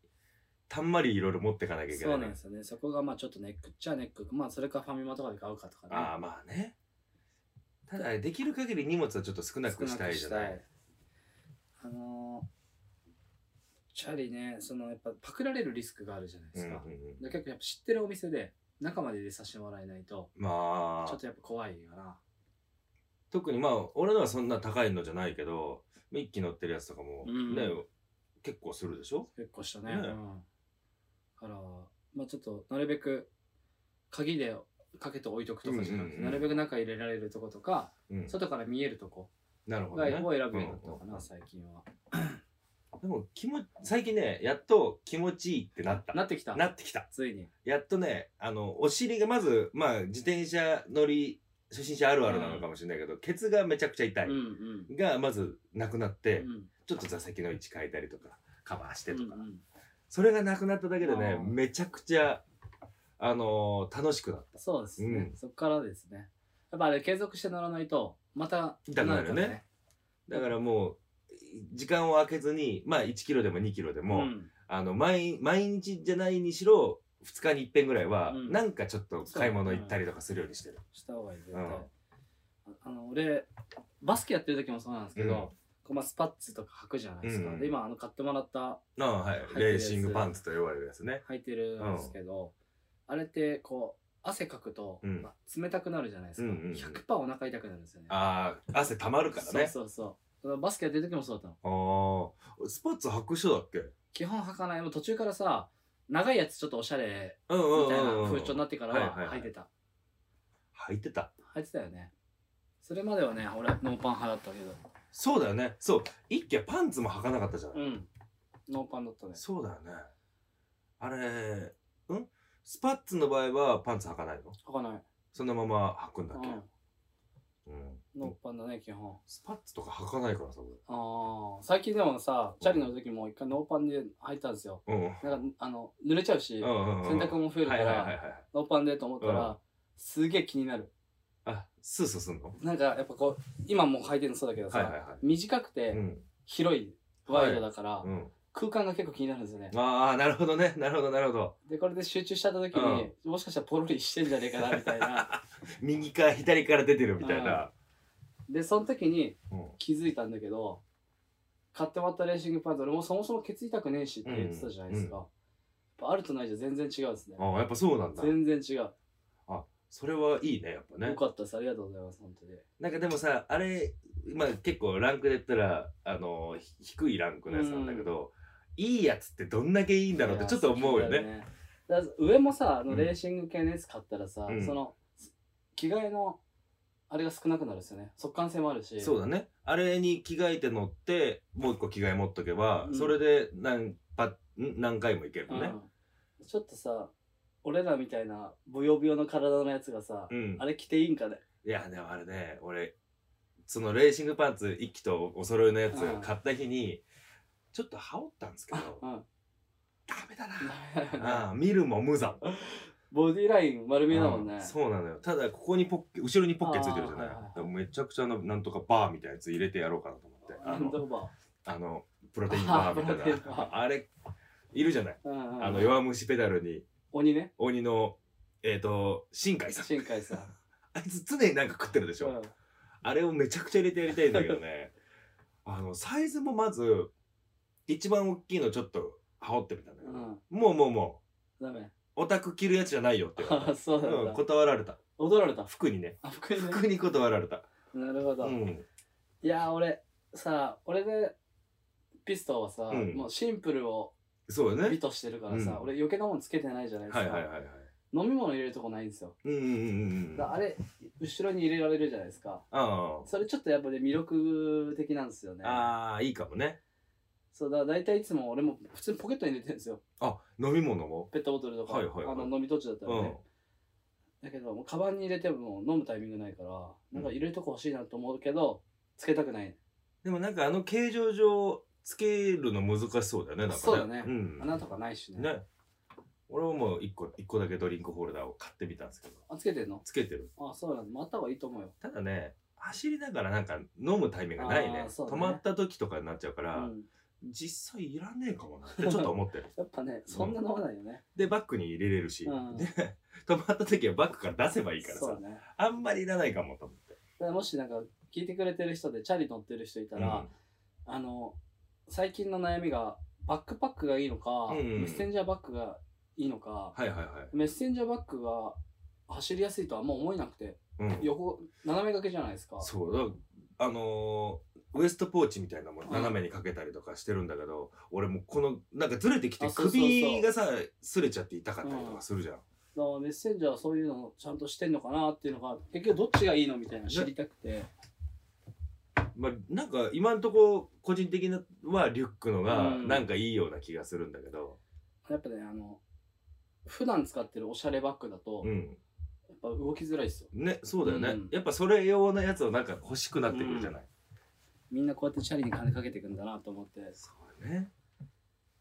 Speaker 2: たんまりいろいろ持っていかなきゃいけない
Speaker 3: そ
Speaker 2: ね。
Speaker 3: うなんですよねそこがまあちょっとネックっちゃネックまあそれかファミマとかで買うかとかね
Speaker 2: ああ、まあね。ただ、できる限り荷物はちょっと少なくしたいじゃない。
Speaker 3: あのーチャリねそのやっぱパクられるリスクがあるじゃないで
Speaker 2: うん
Speaker 3: す
Speaker 2: うん
Speaker 3: か、
Speaker 2: うん、
Speaker 3: で結構やっぱ知ってるお店で中まで入れさせてもらえないと
Speaker 2: まあ
Speaker 3: ちょっとやっぱ怖いか
Speaker 2: 特にまあ俺のはそんな高いのじゃないけど一機乗ってるやつとかも、
Speaker 3: うん
Speaker 2: ね結構するでしょ
Speaker 3: ら結構したね
Speaker 2: ねえ
Speaker 3: うん、からまあちょっとなるべく鍵でかけて置いとくとかじゃなくて、
Speaker 2: うんうんうん
Speaker 3: なるべく中入れられるとことか
Speaker 2: うん
Speaker 3: 外から見えるとこ
Speaker 2: なるほど、
Speaker 3: がを
Speaker 2: ね、
Speaker 3: 選ぶようになったのか
Speaker 2: うん
Speaker 3: な、
Speaker 2: うん
Speaker 3: 最近は
Speaker 2: でも気も最近ねやっと気持ちいいってなった
Speaker 3: なってきた
Speaker 2: なってきた
Speaker 3: ついに
Speaker 2: やっとねあのお尻がまずまあ自転車乗り初心者あるあるなのかもしれないけど、ケツがめちゃくちゃ痛い、
Speaker 3: うん
Speaker 2: がまずなくなって、
Speaker 3: うんうん
Speaker 2: ちょっと座席の位置変えたりとかカバーしてとか、
Speaker 3: うんうん
Speaker 2: それがなくなっただけで
Speaker 3: あ
Speaker 2: ね
Speaker 3: ー
Speaker 2: めちゃくちゃあのー楽しくなった
Speaker 3: そうですね、
Speaker 2: うん
Speaker 3: そこからですねやっぱあれ継続して乗らないとまた
Speaker 2: 痛くなるよね
Speaker 3: んか
Speaker 2: だからもう、時間を空けずに、まあ1キロでも2キロでも、
Speaker 3: うん
Speaker 2: あの、毎、毎日じゃないにしろ、2日に一遍ぐらいは、
Speaker 3: うん
Speaker 2: なんかちょっと買い物行ったりとかするようにしてる。
Speaker 3: した方がいい絶
Speaker 2: う
Speaker 3: 対、
Speaker 2: ん
Speaker 3: ああの俺バスケやってる時もそうなんですけ
Speaker 2: う
Speaker 3: ど、
Speaker 2: ん
Speaker 3: こうまあ、スパッツとか履くじゃないですか、
Speaker 2: うん
Speaker 3: で今あの買ってもらった
Speaker 2: ああ、はい
Speaker 3: 入っ。てる
Speaker 2: レ
Speaker 3: や
Speaker 2: ー
Speaker 3: つ
Speaker 2: シングパンツと呼ばれるやつね。
Speaker 3: 履いてるんですけど、あれってこう汗かくと、
Speaker 2: うん
Speaker 3: まあ、冷たくなるじゃないですか、
Speaker 2: うんうんうん
Speaker 3: 100%お腹痛くなるんですよね
Speaker 2: ああ、汗溜まるからね。
Speaker 3: そうそうそうバスケやってる時もそうだったの
Speaker 2: ああ、スパッツ履く人だっけ
Speaker 3: 基本履かないもう途中からさ長いやつちょっとおしゃれ
Speaker 2: うんう
Speaker 3: み
Speaker 2: んう
Speaker 3: たいなん
Speaker 2: うん。
Speaker 3: 風潮になってからは
Speaker 2: はいはいはい
Speaker 3: 履いてた
Speaker 2: 履いてた。
Speaker 3: 履いてたよねそれまではね俺はノーパン派だったけど
Speaker 2: そうだよね。そう。一家パンツも履かなかったじゃない。
Speaker 3: うんノーパンだったね
Speaker 2: そうだよね。あれ、うんスパッツの場合はパンツ履かないの
Speaker 3: 履かない、
Speaker 2: そのまま履くんだっけ、
Speaker 3: う
Speaker 2: うん
Speaker 3: ん、ノーパンだね基本
Speaker 2: スパッツとか履かないからさ、俺。
Speaker 3: ああ最近でもさチャリの時も一回ノーパンで履いたんですよ
Speaker 2: うん。
Speaker 3: なんかあの濡れちゃうし、
Speaker 2: うんうんうん、
Speaker 3: 洗濯も増えるか
Speaker 2: はい
Speaker 3: ら、
Speaker 2: はいはいはい。
Speaker 3: ノーパンでと思ったら、
Speaker 2: うん
Speaker 3: すげえ気になる
Speaker 2: あ、スースーすんの
Speaker 3: なんかやっぱこう今もう履いてるのそうだけどさ、
Speaker 2: はいはいは
Speaker 3: 短く
Speaker 2: い。う
Speaker 3: て
Speaker 2: ん。
Speaker 3: 広いワイドだから、
Speaker 2: うん。
Speaker 3: 空間が結構気になるんですよね
Speaker 2: ああ、なるほどね。なるほど、なるほど。
Speaker 3: でこれで集中しちゃった時に、もしかしたらポロリしてんじゃねえかなみたいな
Speaker 2: <laughs> 右から左から出てるみたいな。
Speaker 3: でその時に
Speaker 2: うん。
Speaker 3: 気づいたんだけど買ってもらったレーシングパンツ俺もうそもそもケツ痛くねえしって言ってたじゃないですか、
Speaker 2: う
Speaker 3: やっぱあるとないじゃ全然違うんですね
Speaker 2: ああ、やっぱそうなんだ。
Speaker 3: 全然違う、
Speaker 2: それはいいね、やっぱね
Speaker 3: よ。かったですありがとうございます本当に
Speaker 2: なんかでもさ、あれ、まあ結構ランクで言ったら、あの、ひ低いランクのやつなんだけど、いいやつってどんだけいいんだろうってちょっと思うよ
Speaker 3: いや
Speaker 2: ね。
Speaker 3: だから上もさあの
Speaker 2: うん
Speaker 3: レーシング系のやつ買ったらさ、
Speaker 2: うん
Speaker 3: その着替えのあれが少なくなるんですよね速乾性もあるし
Speaker 2: そうだね。あれに着替えて乗って、もう一個着替え持っとけば、
Speaker 3: うん
Speaker 2: それで何パん何回もいけるのね。
Speaker 3: うんちょっとさ俺らみたいなブヨブヨの体のやつがさ、
Speaker 2: うん
Speaker 3: あ。れ着ていいんかね
Speaker 2: いや、でもあれね、俺、そのレーシングパンツ一機とお揃いのやつ
Speaker 3: うん
Speaker 2: 買った日に、ちょっと羽織ったんですけど、 <laughs>
Speaker 3: うん
Speaker 2: ダメだな。ああ、見るも無残。
Speaker 3: ボディライン丸見えだもんね、
Speaker 2: うんそうなのよ。ただ、ここにポッケ、後ろにポッケついてるじゃない。
Speaker 3: あーはいはいはい
Speaker 2: だからめちゃくちゃあの、なんとかバーみたいなやつ入れてやろうかなと思って。あ
Speaker 3: なんだ
Speaker 2: の、
Speaker 3: ろ
Speaker 2: あのプロテインバーみた
Speaker 3: あープロ
Speaker 2: い
Speaker 3: テインバ
Speaker 2: な。 <laughs> あれ、いるじゃない。
Speaker 3: ううんうん
Speaker 2: あの、弱虫ペダルに、<laughs>
Speaker 3: 鬼ね
Speaker 2: 鬼の、えっ、と、新
Speaker 3: <laughs>
Speaker 2: 海さん。
Speaker 3: 新海さん
Speaker 2: あいつ常になんか食ってるでしょ。
Speaker 3: うん
Speaker 2: あれをめちゃくちゃ入れてやりたいんだけどね。 <laughs> あの、サイズもまず、一番大きいのちょっと羽織ってみたんだけど、
Speaker 3: うん
Speaker 2: もうもうも
Speaker 3: ダメ
Speaker 2: う、オタク着るやつじゃないよって言わ
Speaker 3: あ
Speaker 2: れ
Speaker 3: <laughs> そう
Speaker 2: た。う、
Speaker 3: なんんだ
Speaker 2: 断られた。
Speaker 3: 踊られた
Speaker 2: 服にね。
Speaker 3: あ服にね
Speaker 2: 服に断られた。
Speaker 3: なるほ
Speaker 2: う
Speaker 3: ど、
Speaker 2: ん。
Speaker 3: いやー俺さ俺でピストンはさ、
Speaker 2: うん
Speaker 3: もうシンプルを
Speaker 2: そうよ
Speaker 3: 美
Speaker 2: ね。
Speaker 3: としてるからさ、
Speaker 2: うん
Speaker 3: 俺余計なもんつけてないじゃないですか、
Speaker 2: はいはいはいはい。
Speaker 3: 飲み物入れるとこないんですよ
Speaker 2: うんうんうんうん。
Speaker 3: だからあれ後ろに入れられるじゃないですか
Speaker 2: あ
Speaker 3: それちょっとやっぱね魅力的なんですよね
Speaker 2: あ。ああ、いいかもね。
Speaker 3: そうだから大体いつも俺も普通にポケットに入れてるんですよ
Speaker 2: あ、飲み物も
Speaker 3: ペットボトルとか、
Speaker 2: はいはいはい
Speaker 3: あの飲み途中だったらね、
Speaker 2: うん。
Speaker 3: だけどもうカバンに入れても飲むタイミングないからなんか入れるとこ欲しいなと思うけどつけたくない、
Speaker 2: でもなんかあの形状上、つけるの難しそうだよね、なんかね。
Speaker 3: そうだね
Speaker 2: うん。
Speaker 3: 穴とかないしね
Speaker 2: ね。俺ももう一個、一個だけドリンクホルダーを買ってみたんですけど、
Speaker 3: あ、つけてんの
Speaker 2: つけてる。
Speaker 3: あ、そうなの。またはいいと思うよ。
Speaker 2: ただね、走りながらなんか飲むタイミングがないね。
Speaker 3: あーそうだ
Speaker 2: 止
Speaker 3: ね
Speaker 2: まった時とかになっちゃうか
Speaker 3: う
Speaker 2: ら、
Speaker 3: ん。
Speaker 2: 実際いらねえかもなってちょっと思ってる。
Speaker 3: やっぱね、そんな飲まないよね。
Speaker 2: で、バッグに入れれるし、
Speaker 3: うん
Speaker 2: で、止まった時はバッグから出せばいいから
Speaker 3: そう
Speaker 2: さ
Speaker 3: だ、ね。
Speaker 2: あんまりいらないかもと思って。
Speaker 3: だからもしなんか聞いてくれてる人でチャリ乗ってる人いたら、あの最近の悩みがバックパックがいいのか、
Speaker 2: うんうん
Speaker 3: メッセンジャーバッグがいいの
Speaker 2: は
Speaker 3: か、
Speaker 2: いはいはい。
Speaker 3: メッセンジャーバッグが走りやすいとはもう思えなくて
Speaker 2: うん、
Speaker 3: 横斜め掛けじゃないですか
Speaker 2: そうだあのーウエストポーチみたいなもの斜めにかけたりとかしてるんだけど、俺もうこのなんかずれてきて
Speaker 3: あそうそうそう
Speaker 2: 首がさすれちゃって痛かったりとかするじゃん、
Speaker 3: だからメッセンジャーはそういうのちゃんとしてんのかなっていうのが結局どっちがいいのみたいなの知りたくて
Speaker 2: まあ、なんか今んとこ個人的なはリュックのが
Speaker 3: うん
Speaker 2: なんかいいような気がするんだけど、
Speaker 3: やっぱねあの普段使ってるおしゃれバッグだと、
Speaker 2: うん
Speaker 3: やっぱ動きづらいですよ
Speaker 2: ねそうだよね、
Speaker 3: うん
Speaker 2: やっぱそれ用のやつをなんか欲しくなってくるじゃない、
Speaker 3: みんなこうやってチャリに金かけていくんだなと思って
Speaker 2: そうだね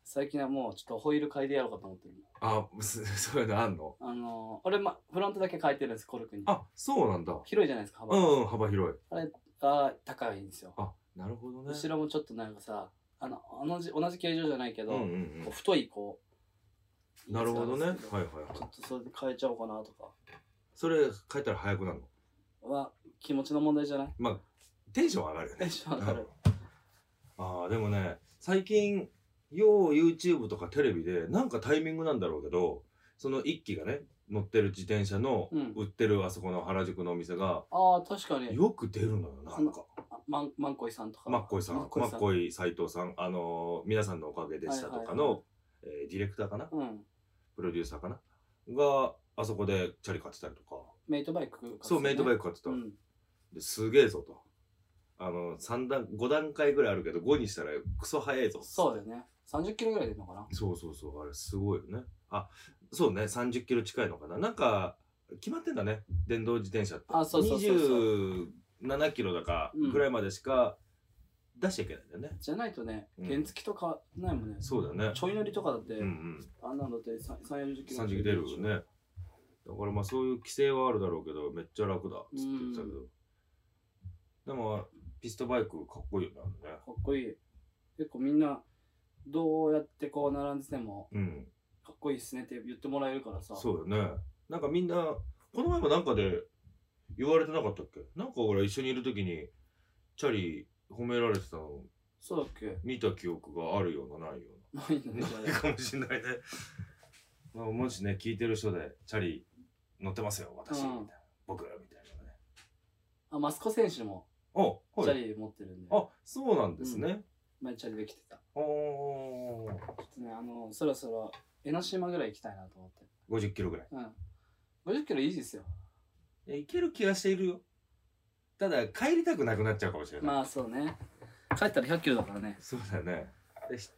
Speaker 3: 最近はもうちょっとホイール変えてやろうかと思ってる
Speaker 2: あす <laughs> そういうのあんの
Speaker 3: あの俺、ま、フロントだけ変えてるんですコルクに
Speaker 2: あそうなんだ
Speaker 3: 広いじゃないですか
Speaker 2: うん、
Speaker 3: 幅
Speaker 2: うん、幅広い
Speaker 3: が高いんですよ
Speaker 2: あなるほどね
Speaker 3: 後ろもちょっとなんかさあの同じ同じ形状じゃないけど、
Speaker 2: うんうん
Speaker 3: こう太いこ
Speaker 2: う
Speaker 3: うん
Speaker 2: なるほどねは
Speaker 3: や
Speaker 2: い
Speaker 3: つ
Speaker 2: は
Speaker 3: なんです
Speaker 2: いはい
Speaker 3: けちょっとそれで変えちゃおうかなとか
Speaker 2: それ変えたら早くなるの
Speaker 3: は気持ちの問題じゃない
Speaker 2: まあテンション上がるよ
Speaker 3: テ
Speaker 2: ね
Speaker 3: ンション上がる
Speaker 2: ああでもね最近よう YouTube とかテレビでなんかタイミングなんだろうけどその一機がね乗ってる自転車の
Speaker 3: <laughs> うん
Speaker 2: 売ってるあそこの原宿のお店が
Speaker 3: ああ確かに
Speaker 2: よく出るのよなんか
Speaker 3: あマンマンコイさんとか
Speaker 2: マッコイさんマ
Speaker 3: マッコイ
Speaker 2: ッコイ斎藤さんあのー皆さんのおかげでした」とか
Speaker 3: はいはいは
Speaker 2: のえーディレクターかな
Speaker 3: うん
Speaker 2: プロデューサーかながあそこでチャリ買ってたりとか
Speaker 3: メイトバイク買ってたね、
Speaker 2: そうメイドバイ
Speaker 3: ク
Speaker 2: ク買ってた
Speaker 3: うん、
Speaker 2: ですげえぞと。あの、三段、5段階ぐらいあるけど、5にしたらクソ早いぞ。
Speaker 3: そうだよね30キロぐらい出るのかな
Speaker 2: そうそうそう、あれすごいよね。あ、そうね、30キロ近いのかな。なんか、決まってんだね、電動自転車って。
Speaker 3: あそうそうそうそう
Speaker 2: 27キロだかぐらいまでしか出しちゃいけないんだよね。
Speaker 3: じゃないとね
Speaker 2: うん
Speaker 3: 原付とかないもんね、
Speaker 2: そうだね。
Speaker 3: ちょい乗りとかだって、
Speaker 2: うんうん。
Speaker 3: あんなのだって3 4 0キロ
Speaker 2: 30キロ出るよね。だからまあそういう規制はあるだろうけど、めっちゃ楽だ、つって言ってたけど。でも、ピストバイクかっこいいよねあれね。
Speaker 3: かっこいい結構みんなどうやってこう並んでても
Speaker 2: うん。
Speaker 3: かっこいいっすねって言ってもらえるからさ
Speaker 2: そうだよね。なんかみんな、この前もなんかで言われてなかったっけなんか俺一緒にいる時に、チャリ褒められてたの、
Speaker 3: そうだっけ
Speaker 2: 見た記憶があるような、ないよ
Speaker 3: ないん
Speaker 2: う
Speaker 3: だね
Speaker 2: な。
Speaker 3: じゃ
Speaker 2: <laughs> ないかもしんないね。まあもしね、聞いてる人で、チャリ乗ってますよ、私、
Speaker 3: うん
Speaker 2: みたいな。僕ら、みたいなね。
Speaker 3: ああマスコ選手も
Speaker 2: お、は
Speaker 3: チャ
Speaker 2: い。
Speaker 3: リ持ってるんで、
Speaker 2: あ、そうなんですね。
Speaker 3: 前チャリできてた
Speaker 2: おー、
Speaker 3: ちょっとねあのそろそろ江ノ島ぐらい行きたいなと思って
Speaker 2: 50キロぐらい。
Speaker 3: うん50キロいいですよ
Speaker 2: いやいける気がしているよ。ただ、帰りたくなくなっちゃうかもしれない。
Speaker 3: まあそうね帰ったら100キロだからね
Speaker 2: そうだよね。でひ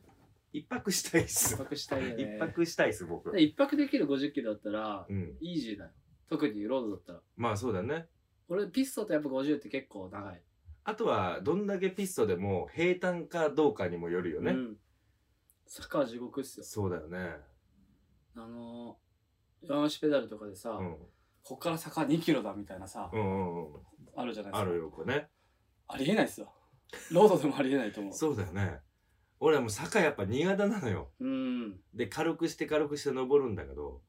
Speaker 2: 一泊したいっす
Speaker 3: 一。泊したいよね
Speaker 2: 一泊したいっす、僕。
Speaker 3: で一泊できる50キロだったら
Speaker 2: うん。
Speaker 3: イージーだよ特にロードだったら
Speaker 2: まあそうだね。
Speaker 3: 俺ピストとやっぱ50って結構長い
Speaker 2: あとは、どんだけピストでも平坦かどうかにもよるよね。
Speaker 3: うん、坂は地獄っすよ
Speaker 2: そうだよね。
Speaker 3: あのー、山梨ペダルとかでさ、
Speaker 2: うん。
Speaker 3: こっから坂2キロだみたいなさ、
Speaker 2: うんうんうん。
Speaker 3: あるじゃないです
Speaker 2: あ
Speaker 3: か
Speaker 2: るよ、これね。
Speaker 3: ありえないっすよロードでもありえないと思う
Speaker 2: そうだよね。俺はもう坂やっぱ苦手なのよ。
Speaker 3: うん
Speaker 2: で、軽くして軽くして登るんだけど、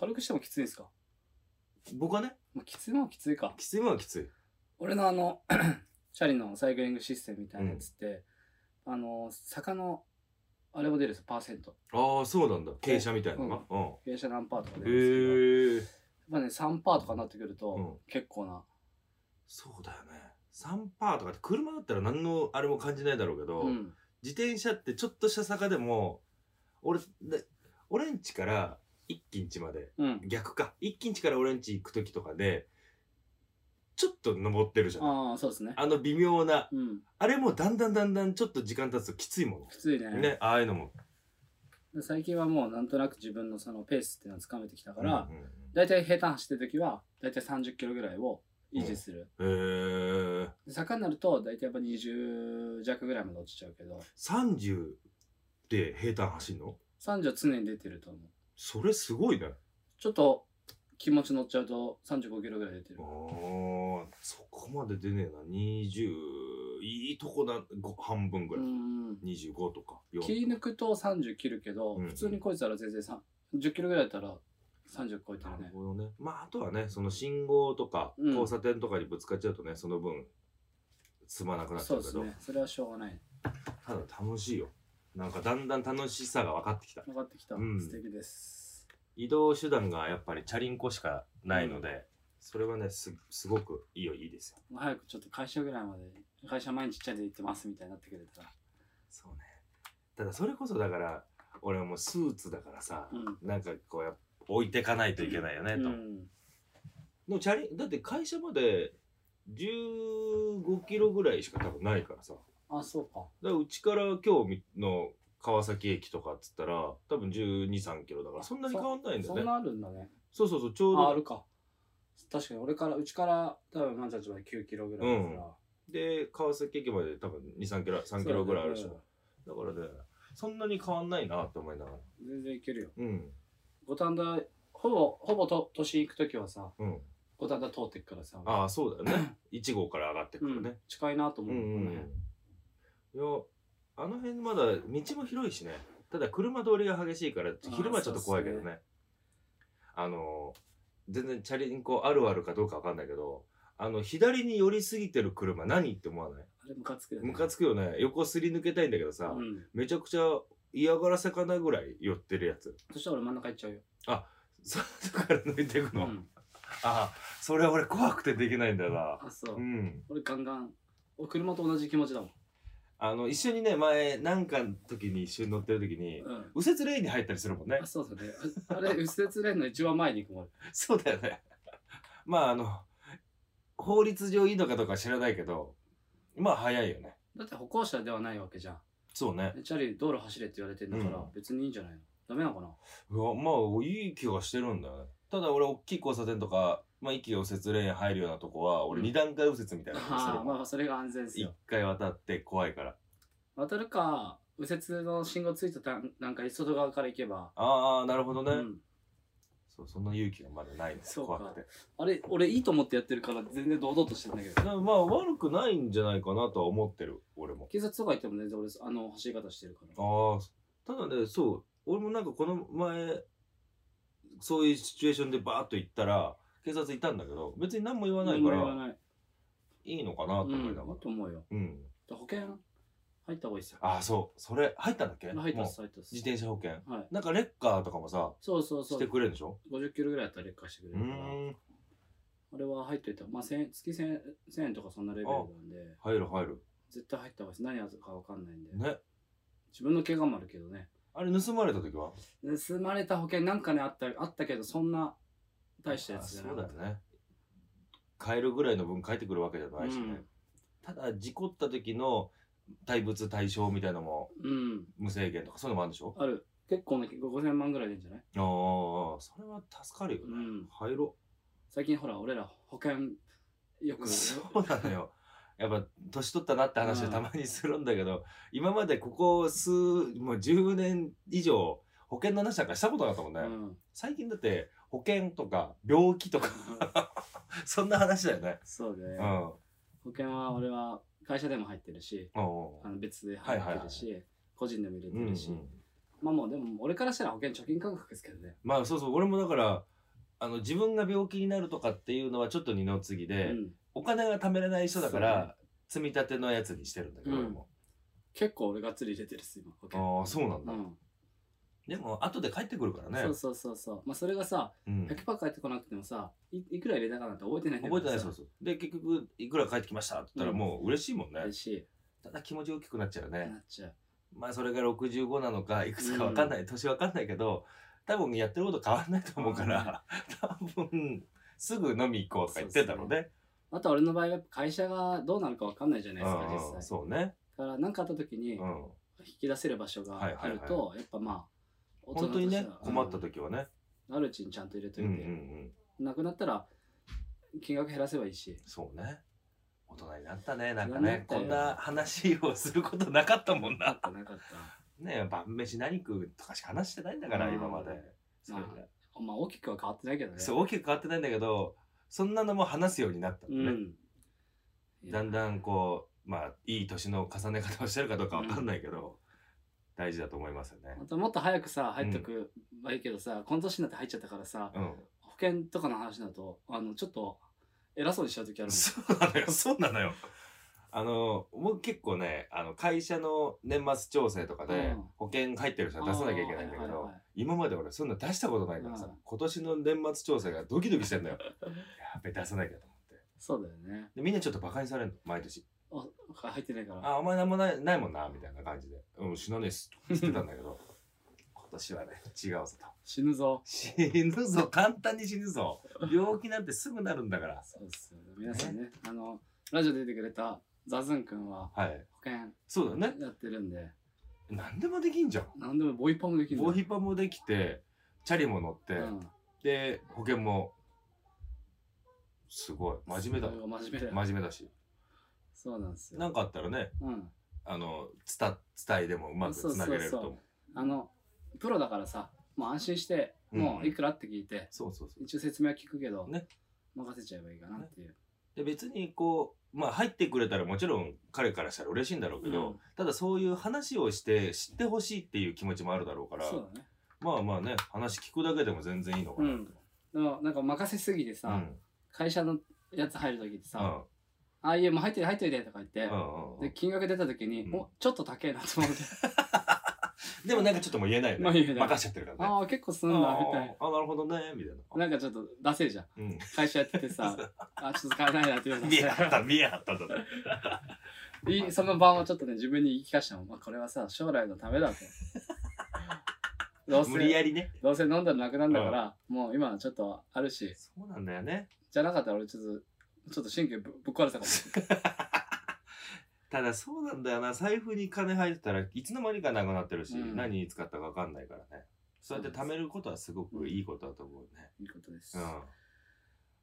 Speaker 3: 軽くしてもきついですか、
Speaker 2: 僕はね、
Speaker 3: まあ、きついのはきついか
Speaker 2: きついものはきつい。
Speaker 3: 俺のあの <clears throat> チャリのサイクリングシステムみたいなやつって、あのー坂のあれも出るんですよパーセント
Speaker 2: ああ、そうなんだ。傾斜みたいなのが。う
Speaker 3: 傾斜何パーとか出
Speaker 2: ん。へ
Speaker 3: るんですけど
Speaker 2: え。
Speaker 3: まあね3パーとかになってくると、
Speaker 2: うん
Speaker 3: 結構な
Speaker 2: そうだよね。3パーとかって車だったら何のあれも感じないだろうけど、
Speaker 3: うん
Speaker 2: 自転車ってちょっとした坂でも俺で俺んちから一気んちまで
Speaker 3: うん
Speaker 2: 逆か一気んちから俺んち行く時とかでちょっと登ってるじゃんあ
Speaker 3: ああそうですね
Speaker 2: の微妙な
Speaker 3: うん
Speaker 2: あれもだんだんだんだんちょっと時間経つときついも
Speaker 3: きつい
Speaker 2: のねああいうのも
Speaker 3: 最近はもうなんとなく自分のそのペースっていうのをつかめてきたから、
Speaker 2: うんうん
Speaker 3: だいたい平坦走ってる時はだいたい30キロぐらいを維持する、
Speaker 2: うんへえ
Speaker 3: で坂になるとだいたいやっぱ20弱ぐらいまで落ちちゃうけど
Speaker 2: 30で平坦走んの
Speaker 3: 30は常に出てると思う
Speaker 2: それすごいね。
Speaker 3: ちょっと気持ち乗っちゃうと35キロぐらい出てる
Speaker 2: あ。ーそこまで出ねえな。20、いいとこだ、ご半分ぐ
Speaker 3: う
Speaker 2: らい。
Speaker 3: ん。
Speaker 2: 25とか。4
Speaker 3: 切り抜くと30切るけど、
Speaker 2: うん
Speaker 3: 普通に超えてたら全然さん10キロぐらいだったら30超えて
Speaker 2: な
Speaker 3: る
Speaker 2: る
Speaker 3: ね。
Speaker 2: ほどね。まあ、あとはね、その信号とか、
Speaker 3: うん
Speaker 2: 交差点とかにぶつかっちゃうとね、その分、つまなくなっち
Speaker 3: そ
Speaker 2: ゃ
Speaker 3: う
Speaker 2: う
Speaker 3: で
Speaker 2: け
Speaker 3: す
Speaker 2: ど、
Speaker 3: ね。それはしょうがない。
Speaker 2: ただ楽しいよ。なんかだんだん楽しさが分かってきた。
Speaker 3: 分かってきた。
Speaker 2: うん
Speaker 3: 素敵です。
Speaker 2: 移動手段がやっぱりチャリンコしかないので、それはね、す、すごくいいよ、いいですよ。
Speaker 3: もう早くちょっと会社ぐらいまで、会社毎日チャリで行ってますみたいになってくれたら。
Speaker 2: そうね。ただ、それこそだから、俺はもうスーツだからさ、
Speaker 3: うん。
Speaker 2: なんかこうやっぱ置いてかないといけないよね、
Speaker 3: う
Speaker 2: と。
Speaker 3: ん、
Speaker 2: でもチャリだって会社まで15キロぐらいしか多分ないからさだか
Speaker 3: あ、そうか。
Speaker 2: らうちから今日の川崎駅とかっつったら多分1 2 3キロだからそんなに変わんないんだよ
Speaker 3: そん
Speaker 2: ね
Speaker 3: なあるんだね。
Speaker 2: そうそうそうちょう
Speaker 3: あ、あ
Speaker 2: ど
Speaker 3: るか。確かに俺から、うちから多分マンちゃんちまで9キロぐらいだから。
Speaker 2: で川崎駅まで多分2 3キロ3キロぐらいあるでしょだからねそんなに変わんないなって思いながら
Speaker 3: 全然いけるよ。
Speaker 2: うん
Speaker 3: 五反田、ほぼ、ほぼと都心行くときはさ、
Speaker 2: うん
Speaker 3: 五反田通ってっからさ、
Speaker 2: ああそうだよ
Speaker 3: <laughs>
Speaker 2: ね1号から上がってくるね、
Speaker 3: 近いなと思う、
Speaker 2: うんうんうん
Speaker 3: この辺
Speaker 2: いやあの辺まだ道も広いしねただ車通りが激しいから
Speaker 3: ー
Speaker 2: 昼間ちょっと怖いけど
Speaker 3: そう
Speaker 2: ねあの全然チャリンコあるあるかどうかわかんないけどあの左に寄りすぎてる車何って思わない
Speaker 3: あれムカつくよね。
Speaker 2: ムカつくよね横すり抜けたいんだけどさ、
Speaker 3: うん。
Speaker 2: めちゃくちゃ嫌がらせかなぐらい寄ってるやつ <laughs>
Speaker 3: そしたら俺真ん中行っちゃうよ。
Speaker 2: 外から抜いていく
Speaker 3: う
Speaker 2: の、
Speaker 3: ん。
Speaker 2: あそれは俺怖くてできないんだよな
Speaker 3: あ、そう。
Speaker 2: うん
Speaker 3: 俺ガンガン。俺車と同じ気持ちだもん。
Speaker 2: あの一緒にね前なんかの時に一緒に乗ってる時に
Speaker 3: うん。
Speaker 2: 右折レーンに入ったりするもんね
Speaker 3: あ、そうだね。ああれ、右折レーンの一番前に行くもん。
Speaker 2: そうだよね。 <laughs> まああの、法律上いいのかどうかは知らないけど、まあ早いよね。
Speaker 3: だって歩行者ではないわけじゃん。
Speaker 2: そうね。
Speaker 3: でチャリ道路走れって言われてんだから、
Speaker 2: うん
Speaker 3: 別にいいんじゃないのダメなのかな
Speaker 2: うわまあいい気がしてるんだよね。ただ俺大きい交差点とか、まあ一気に右折レーン入るようなとこは、俺
Speaker 3: うん
Speaker 2: 二段階右折みたいなのす
Speaker 3: あ
Speaker 2: る
Speaker 3: あ
Speaker 2: も
Speaker 3: ま
Speaker 2: ん
Speaker 3: あそれが安全です
Speaker 2: 一
Speaker 3: よ
Speaker 2: 回渡って怖いから。
Speaker 3: 渡るか右折の信号ついた段なんか外側から行けば、
Speaker 2: ああ、なるほどね、
Speaker 3: うん、
Speaker 2: そう。そんな勇気がまだないんです
Speaker 3: そうか
Speaker 2: 怖くて。
Speaker 3: あれ俺いいと思ってやってるから全然堂々としてんだけど
Speaker 2: だからまあ悪くないんじゃないかなとは思ってる、俺も。
Speaker 3: 警察とか行っても全然俺あの走り方してるから
Speaker 2: ああ、ただね、そう、俺もなんかこの前、そういうシチュエーションでバーッと行ったら、警察いたんだけど、別に何も言わないか
Speaker 3: 何も言
Speaker 2: ら、
Speaker 3: わない
Speaker 2: いいのかなと
Speaker 3: う
Speaker 2: 思い
Speaker 3: ん
Speaker 2: ながら
Speaker 3: だ。と思うよ
Speaker 2: うん。
Speaker 3: 保険入った方がいいっすよ
Speaker 2: ああ、そう、それ、入ったんだっけ
Speaker 3: 入ったっ
Speaker 2: もう
Speaker 3: す入ったっす
Speaker 2: 自転車保険。
Speaker 3: はい
Speaker 2: なんかレッカーとかもさ、
Speaker 3: そうそう
Speaker 2: し
Speaker 3: そう
Speaker 2: てくれるんでしょ
Speaker 3: 50キロぐらいだったら劣化してく
Speaker 2: う
Speaker 3: れるから
Speaker 2: ーん、
Speaker 3: あれは入っといたまあ1000円月 1000, 円とかそんなレベルなんで
Speaker 2: 入る入る。
Speaker 3: 絶対入った方がいいです何やるか分かんないんで
Speaker 2: ね。
Speaker 3: 自分の怪我もあるけどね
Speaker 2: あれ、盗まれた時は
Speaker 3: 盗まれた保険なんかねあったあったけどそんな大したやつじゃ
Speaker 2: あ
Speaker 3: な
Speaker 2: そうだ
Speaker 3: い
Speaker 2: よね。買えるぐらいの分返ってくるわけじゃないしね。
Speaker 3: うん
Speaker 2: ただ、事故った時の対物対象みたいなのも
Speaker 3: うん
Speaker 2: 無制限とか、そういうのもあるんでしょ
Speaker 3: ある結構ね5000万ぐらいでいいんじゃな
Speaker 2: あ
Speaker 3: い
Speaker 2: あ、それは助かるよね。
Speaker 3: うん
Speaker 2: 入ろ
Speaker 3: 最近ほら俺ら保険よ
Speaker 2: う。
Speaker 3: く
Speaker 2: そうなの <laughs> よ。やっぱ年取ったなって話をたまにするんだけど、今までここ数、もう10年以上、保険の話なんかしたことなかったもんね。
Speaker 3: うん
Speaker 2: 最近だって保険とか病気とか <laughs> そんな話だよね。
Speaker 3: そうね、
Speaker 2: うん。
Speaker 3: 保険は俺は会社でも入ってるし
Speaker 2: うん
Speaker 3: あの別で入ってるし、個人でも入れ
Speaker 2: う
Speaker 3: て
Speaker 2: んう
Speaker 3: るし、
Speaker 2: ん。
Speaker 3: まあもうでも俺からしたら保険貯金感覚ですけどね、
Speaker 2: まあそうそう、俺もだから、あの自分が病気になるとかっていうのはちょっと二の次で、
Speaker 3: うん、
Speaker 2: お金が貯めれない人だか
Speaker 3: そう
Speaker 2: ら、積み立てのやつにしてるんだけど、俺も。
Speaker 3: 結構俺がっつり入れてるっす今保険
Speaker 2: ああ、そうなんだ。
Speaker 3: うん
Speaker 2: でも後で帰ってくるからね。
Speaker 3: そうそうそうそうまあそれがさ
Speaker 2: うん覚
Speaker 3: 100%返ってこなくてもさいいくら入れたかなんて覚えてないんだ
Speaker 2: えてない
Speaker 3: さ
Speaker 2: そうそう。で結局いくら帰ってきましたって言った
Speaker 3: うん
Speaker 2: らもう嬉しいもんね。
Speaker 3: 嬉しい
Speaker 2: ただ気持ち大きくなっちゃう
Speaker 3: な
Speaker 2: ね。
Speaker 3: っちゃう
Speaker 2: まあそれが65なのかいくつかわかんない、年わかんないけど多分やってること変わんないと思うから、多分すぐ飲み行こうとか言ってんだろうね。
Speaker 3: あと俺の場合はやっぱ会社がどうなるか分かんないじゃな
Speaker 2: う
Speaker 3: いです
Speaker 2: んうん
Speaker 3: か、実際。だ
Speaker 2: そうね。
Speaker 3: から何かあった時に
Speaker 2: うん。
Speaker 3: 引き出せる場所が
Speaker 2: はい
Speaker 3: あ
Speaker 2: はいはい
Speaker 3: ると、やっぱまあ、大人
Speaker 2: 本
Speaker 3: と
Speaker 2: 当に
Speaker 3: しては
Speaker 2: ね困った、時はね。
Speaker 3: うんあるうちにちゃんと入れと
Speaker 2: う
Speaker 3: い
Speaker 2: ん
Speaker 3: て、
Speaker 2: うんうん。
Speaker 3: なくなったら金額減らせばいい
Speaker 2: <laughs>
Speaker 3: し、
Speaker 2: そうね。大人になったね。なんか
Speaker 3: 大人にな
Speaker 2: ね
Speaker 3: った
Speaker 2: こ
Speaker 3: よ
Speaker 2: んな話をすることなかったもん
Speaker 3: な
Speaker 2: な
Speaker 3: かっ。たなかった。
Speaker 2: ね晩飯何食うとかしか話してないんだから、
Speaker 3: うん
Speaker 2: 今まで。それが
Speaker 3: ままあ大きくは変わってないけどね。
Speaker 2: そう大きく変わってないんだけどそんなのも話すようになったのね、
Speaker 3: ん。
Speaker 2: だんだんこうまあいい年の重ね方をしてるかどうかわかんないけど、大事だと思いますよね
Speaker 3: またもっと早くさ、入っとくばいいけどさ、この年になって入っちゃったからさ、
Speaker 2: う
Speaker 3: 保険とかの話だと、あの、ちょっと偉そうにしちゃう時あ
Speaker 2: ん
Speaker 3: る
Speaker 2: そうなのよそうなのよあの僕結構ねあの会社の年末調整とかで
Speaker 3: うん
Speaker 2: 保険入ってる人
Speaker 3: もん。
Speaker 2: は出さなきゃいけないんだけ
Speaker 3: あーはい
Speaker 2: ど
Speaker 3: はいはい
Speaker 2: 今まで俺そんな出したことないからさ
Speaker 3: うん
Speaker 2: 今年の年末調整がドキドキしてんだよやべ出さなきゃと思って
Speaker 3: そうだよね。
Speaker 2: でみんなちょっとバカにされるの毎年
Speaker 3: あ、入ってないから。
Speaker 2: あ、お前なんもないないもんな、みたいな感じで。うん、死なねえっす。って言ってたんだけど、今年はね、違うぞと。
Speaker 3: 死ぬぞ。
Speaker 2: 死ぬぞ、簡単に死ぬぞ。病気なんてすぐなるんだから。
Speaker 3: そうですよね。皆さんね、あの、ラジオ出てくれたザズン君は
Speaker 2: はい。
Speaker 3: 保険
Speaker 2: そうだね。
Speaker 3: やってるんで、
Speaker 2: 何でもできんじゃん。
Speaker 3: 何でもボイパもできるん
Speaker 2: ボ
Speaker 3: だ
Speaker 2: ーヒパもできて、チャリも乗って、
Speaker 3: うん。
Speaker 2: で、保険も、すごい。真面目だ。
Speaker 3: それが真面目だよ。
Speaker 2: 真面目だし。
Speaker 3: そうなんですよ。
Speaker 2: なんかあったらね、
Speaker 3: うん。
Speaker 2: あの、伝、伝いでもうまくつなげれると思う。
Speaker 3: あの、プロだからさ、もう安心して、
Speaker 2: うん
Speaker 3: もういくらって聞いて、
Speaker 2: そうそうそう。
Speaker 3: 一応説明は聞くけど、
Speaker 2: ね
Speaker 3: 任せちゃえばいいかなっていう。
Speaker 2: で別にこうまあ入ってくれたらもちろん彼からしたら嬉しいんだろうけど、
Speaker 3: うん
Speaker 2: ただそういう話をして知ってほしいっていう気持ちもあるだろうから
Speaker 3: そうだね。
Speaker 2: まあまあね話聞くだけでも全然いいのかなと、
Speaker 3: うんでもなんか任せすぎてさ、
Speaker 2: うん
Speaker 3: 会社のやつ入るときって
Speaker 2: う
Speaker 3: さ、
Speaker 2: ん
Speaker 3: ああいえ、もう入ってる入ってるでとか言って、
Speaker 2: うんうん
Speaker 3: で、金額出たときに、
Speaker 2: うん
Speaker 3: おちょっと高えな
Speaker 2: <laughs>
Speaker 3: と思って、
Speaker 2: でもなんかちょっともう言えないよね、
Speaker 3: まあ言えない
Speaker 2: 任せちゃってるからね
Speaker 3: ああ、結構すんだ、みたいな。
Speaker 2: ああなるほどねみたいな
Speaker 3: なんかちょっと出せえじゃん。
Speaker 2: うん
Speaker 3: 会社やってて
Speaker 2: <laughs>
Speaker 3: さ、あ、ちょっと使えないなって言われ
Speaker 2: 見え
Speaker 3: て
Speaker 2: はった見えはったんだね
Speaker 3: <laughs> いその晩はちょっとね、自分に言い聞かしたもん。まあ、これはさ、将来のためだ
Speaker 2: <laughs>
Speaker 3: と。どう
Speaker 2: 無理や
Speaker 3: せ、
Speaker 2: りね
Speaker 3: どうせ飲んだらなくなるんだから、もう今はちょっとあるし、
Speaker 2: そうなんだよね
Speaker 3: じゃなかったら俺ちょっと、ちょっと神経ぶぶっ壊れたかもしれない。
Speaker 2: ただそうなんだよな財布に金入ってたらいつの間にかなくなってるし、
Speaker 3: うん
Speaker 2: 何に使ったか分かんないからねそうやって貯めることはすごくいいことだと思うね
Speaker 3: いいことです。
Speaker 2: うん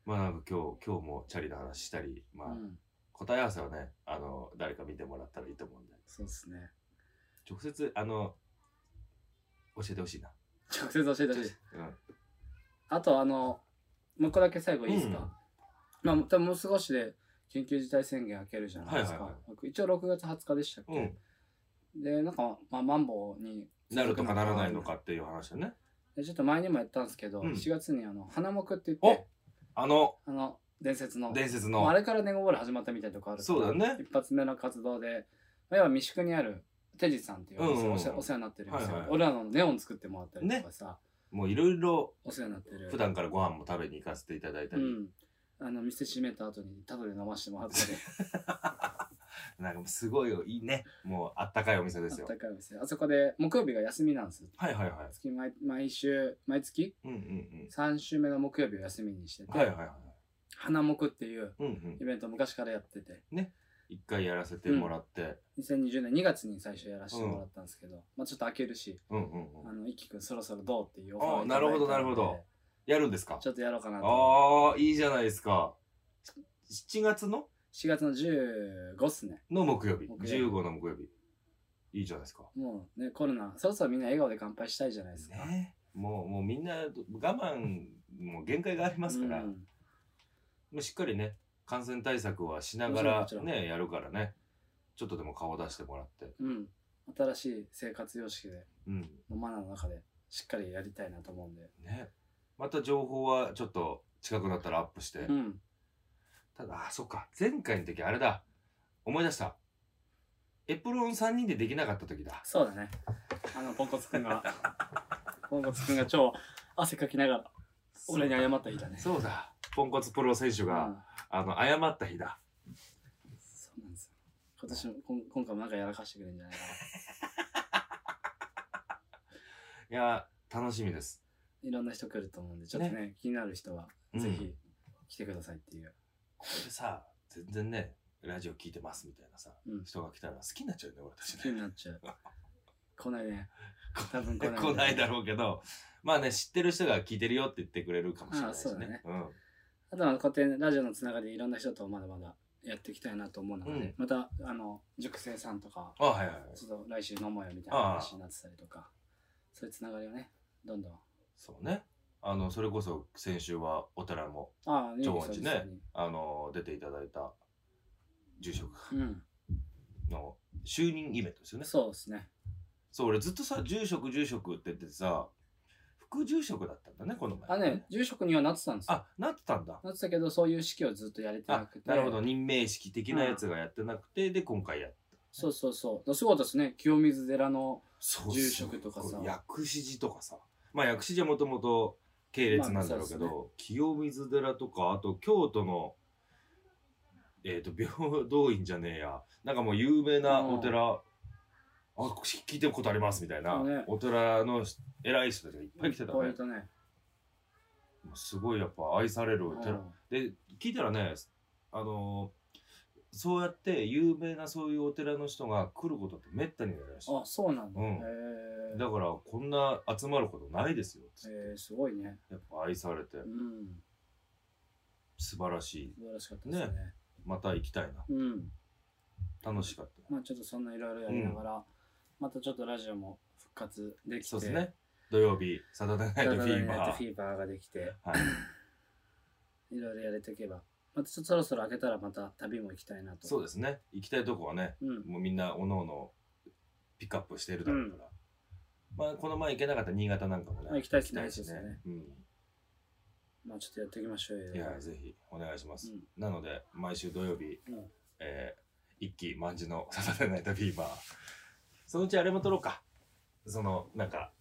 Speaker 2: まあなんか今日今日もチャリの話したりまあ、
Speaker 3: うん
Speaker 2: 答え合わせはねあの誰か見てもらったらいいと思うんで
Speaker 3: そうですね。
Speaker 2: 直接あの教えてほしいな、
Speaker 3: 直接教えてほしい。
Speaker 2: う
Speaker 3: あと、あの、もう一個だけ最後いいです
Speaker 2: うん
Speaker 3: か、まあ、多分もう少しで緊急事態宣言開けるじゃないですか。
Speaker 2: はいはい
Speaker 3: 一応6月20日でしたっけ、
Speaker 2: んうん、
Speaker 3: で、なんか、まあ、マンボウに
Speaker 2: なるとかならないのかっていう話だね
Speaker 3: でちょっと前にもやったんですけど、
Speaker 2: うん
Speaker 3: 7月にあの花木って言って
Speaker 2: おあの
Speaker 3: あの伝説の
Speaker 2: 伝説
Speaker 3: まああ
Speaker 2: の
Speaker 3: れからネゴボール始まったみたいなとこあるから
Speaker 2: そうだね
Speaker 3: 一発目の活動でまあ要は三宿にあるテジさんっていうお店、
Speaker 2: うんうんうん
Speaker 3: お世お世話になってる店、
Speaker 2: はいはい
Speaker 3: 俺らのネオン作ってもらったりとかさ、
Speaker 2: もういろいろ
Speaker 3: お世話になってる
Speaker 2: 普段からご飯も食べに行かせていただいた
Speaker 3: う
Speaker 2: り、
Speaker 3: んあの店閉めた後にタダで飲ましてもらったり
Speaker 2: なんかもうすごいよいいねもうあったかいお店で
Speaker 3: あ
Speaker 2: す
Speaker 3: っ
Speaker 2: よ
Speaker 3: たかいお店あそこで木曜日が休みなんですよ
Speaker 2: はいはいはい
Speaker 3: 月毎毎週毎月
Speaker 2: うんうん
Speaker 3: 3週目の木曜日を休みにしてて、
Speaker 2: うん。はいはいはい。
Speaker 3: 花木っていう
Speaker 2: うんうん
Speaker 3: イ。ベントを昔からやってて
Speaker 2: 一回やらせてもらって。
Speaker 3: 2020年2月に最初やらせてもらったんですけど、まあちょっと開けるし、
Speaker 2: うんうんうん
Speaker 3: あ。の、いきくんそろそろどうっていう
Speaker 2: あなるほどなるほど。やるんですか
Speaker 3: ちょっとやろうかなと思っ
Speaker 2: ああ、
Speaker 3: て。
Speaker 2: いいじゃないですか。7月の
Speaker 3: 4月の15っすね。
Speaker 2: の木曜日。
Speaker 3: 木曜日
Speaker 2: 15の木曜日。いいじゃないですか。
Speaker 3: もうね、コロナ、そろそろみんな笑顔で乾杯したいじゃないですか。
Speaker 2: ね。もう、もうみんな我慢、もう限界がありますから、
Speaker 3: う
Speaker 2: も
Speaker 3: ん
Speaker 2: うしっかりね、感染対策はしなが
Speaker 3: も
Speaker 2: ら
Speaker 3: ちろんもちろ
Speaker 2: ね、やるからね。ちょっとでも顔出してもらって。
Speaker 3: うん。新しい生活様式で、
Speaker 2: うん。
Speaker 3: マナーの中で、しっかりやりたいなと思うんで。
Speaker 2: ね。また情報はちょっと近くなったらアップして。
Speaker 3: うん。
Speaker 2: ただ、あ、そっか。前回の時あれだ。思い出した。エプロン3人でできなかった時だ。
Speaker 3: そうだね。あの、ポンコツく
Speaker 2: <laughs>
Speaker 3: んが、ポンコツくんが超汗かきながら、俺に謝った日だね。
Speaker 2: そうだ。ポンコツプロ選手
Speaker 3: う
Speaker 2: が、
Speaker 3: ん
Speaker 2: あの、謝った日だ。
Speaker 3: そうなんですよ。今年も、こん今回もなんかやらかしてくれるんじゃないかな。
Speaker 2: いや、楽しみです。
Speaker 3: いろんな人来ると思うんで、ちょっとね、気になる人は、
Speaker 2: うん
Speaker 3: ぜひ来てくださいっていう。
Speaker 2: これでさ、全然ね、ラジオ聞いてますみたいなさ、
Speaker 3: うん
Speaker 2: 人が来たら好きになっちゃうね、俺たち
Speaker 3: 気に
Speaker 2: ね。
Speaker 3: なっちゃう。来ない
Speaker 2: <laughs>
Speaker 3: ね。多分 <laughs>
Speaker 2: 来
Speaker 3: 来ない、
Speaker 2: ないだろうけど、まあね、知ってる人が聞いてるよって言ってくれるかもしれないし
Speaker 3: あそうだ
Speaker 2: ね
Speaker 3: ね。
Speaker 2: うん。
Speaker 3: あとは、こうやってラジオのつながりでいろんな人とまだまだやっていきたいなと思うので、
Speaker 2: うん
Speaker 3: また、あの、塾生さんとか、
Speaker 2: あ、はいはいはい。
Speaker 3: ちょっと来週飲もうよみたいな話になってたりとか、そういうつながりをね、どんどん
Speaker 2: そうね。あの、それこそ先週はお寺も、
Speaker 3: あ
Speaker 2: 長
Speaker 3: あ、ね
Speaker 2: 音寺ねあの、出ていただいた住職
Speaker 3: うん。
Speaker 2: の就任イベントですよね。
Speaker 3: そうですね。
Speaker 2: そう、俺ずっとさ、住職、住職って言っててさ、副住職だったんだね、この前。
Speaker 3: あ、ね、住職にはなってたんですよ。
Speaker 2: あ、なってたんだ。
Speaker 3: なってたけど、そういう式をずっとやれてな
Speaker 2: あ
Speaker 3: くて。
Speaker 2: なるほど任命式的なやつがやってなくて、で今回やっ
Speaker 3: そうそうそう。すごかったですね。清水寺の、
Speaker 2: そう
Speaker 3: 住職とかさ
Speaker 2: すごい薬師寺とかさまあ薬師寺もともと系列なんだろうけど、
Speaker 3: まあそ
Speaker 2: 清水寺とかあと京都のえっ、と平等院じゃねえやなんかもう有名なお寺、あ聞いたことありますみたいな、
Speaker 3: そうね
Speaker 2: お寺の偉い人たちがいっぱい来てたね、
Speaker 3: こういったね。
Speaker 2: もうすごいやっぱ愛されるお寺、
Speaker 3: うん
Speaker 2: で聞いたらねあのーそうやって有名なそういうお寺の人が来ることってめったにないらしい
Speaker 3: あ、そうなんだ。
Speaker 2: うん
Speaker 3: へえ
Speaker 2: だからこんな集まることないですよつって
Speaker 3: えー、すごいね。
Speaker 2: やっぱ愛されて
Speaker 3: うん。
Speaker 2: 素晴らしい
Speaker 3: 素晴らしかったですね。
Speaker 2: また行きたいな
Speaker 3: うん。
Speaker 2: 楽しかった
Speaker 3: まあちょっとそんないろいろやりながら、またちょっとラジオも復活できて。
Speaker 2: そうですね土曜日サタデーナ
Speaker 3: た
Speaker 2: イト
Speaker 3: だ
Speaker 2: フ
Speaker 3: ね。
Speaker 2: ィー
Speaker 3: ナイト
Speaker 2: バ
Speaker 3: フ
Speaker 2: ー
Speaker 3: ィーバーができて、
Speaker 2: はい
Speaker 3: いろいろやれていけば。またちょっとそろそろ開けたらまた旅も行きたいなと。
Speaker 2: そうですね行きたいとこはね
Speaker 3: うん。
Speaker 2: もうみんなおのおのピックアップしてるだろうから、まあこの前行けなかった新潟なんかもね
Speaker 3: あ行きたいですね
Speaker 2: 行きたいしね
Speaker 3: まあちょっとやっていきましょうよ。
Speaker 2: うんいやぜひお願いします、
Speaker 3: うん
Speaker 2: なので毎週土曜日、
Speaker 3: うん
Speaker 2: えー一期万事のサタデーナイトフィーバーそのうちあれも撮ろうかそのなんか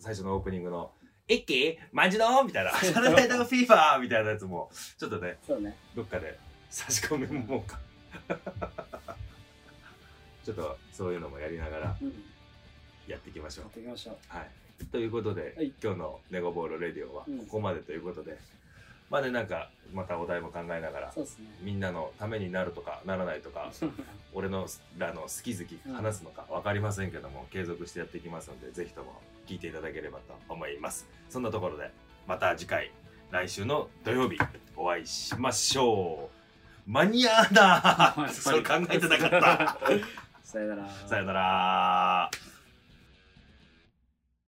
Speaker 2: 最初のオープニングの「一期万事の!」み
Speaker 3: <laughs>
Speaker 2: たいな「サタデーナイトフィーバー!」みたいなやつもちょっとね
Speaker 3: そうね。
Speaker 2: どっかで差し込めもうか <laughs> ちょっとそういうのもやりながら
Speaker 3: うん。
Speaker 2: やっていきましょ
Speaker 3: や
Speaker 2: う
Speaker 3: っていきましょう。
Speaker 2: はい、ということで、
Speaker 3: はい
Speaker 2: 今日の「ネゴボールレディオ」はこ
Speaker 3: うん
Speaker 2: こまでということで、まあねなんかまたお題も考えながら
Speaker 3: そうですね。
Speaker 2: みんなのためになるとかならないとか俺のらの好き好き話すのか分かりませんけども、継続してやっていきますのでぜひとも聞いていただければと思いますそんなところでまた次回来週の土曜日お会いしましょう間に合わないそれ考えてなかった
Speaker 3: さよなら。
Speaker 2: さよなら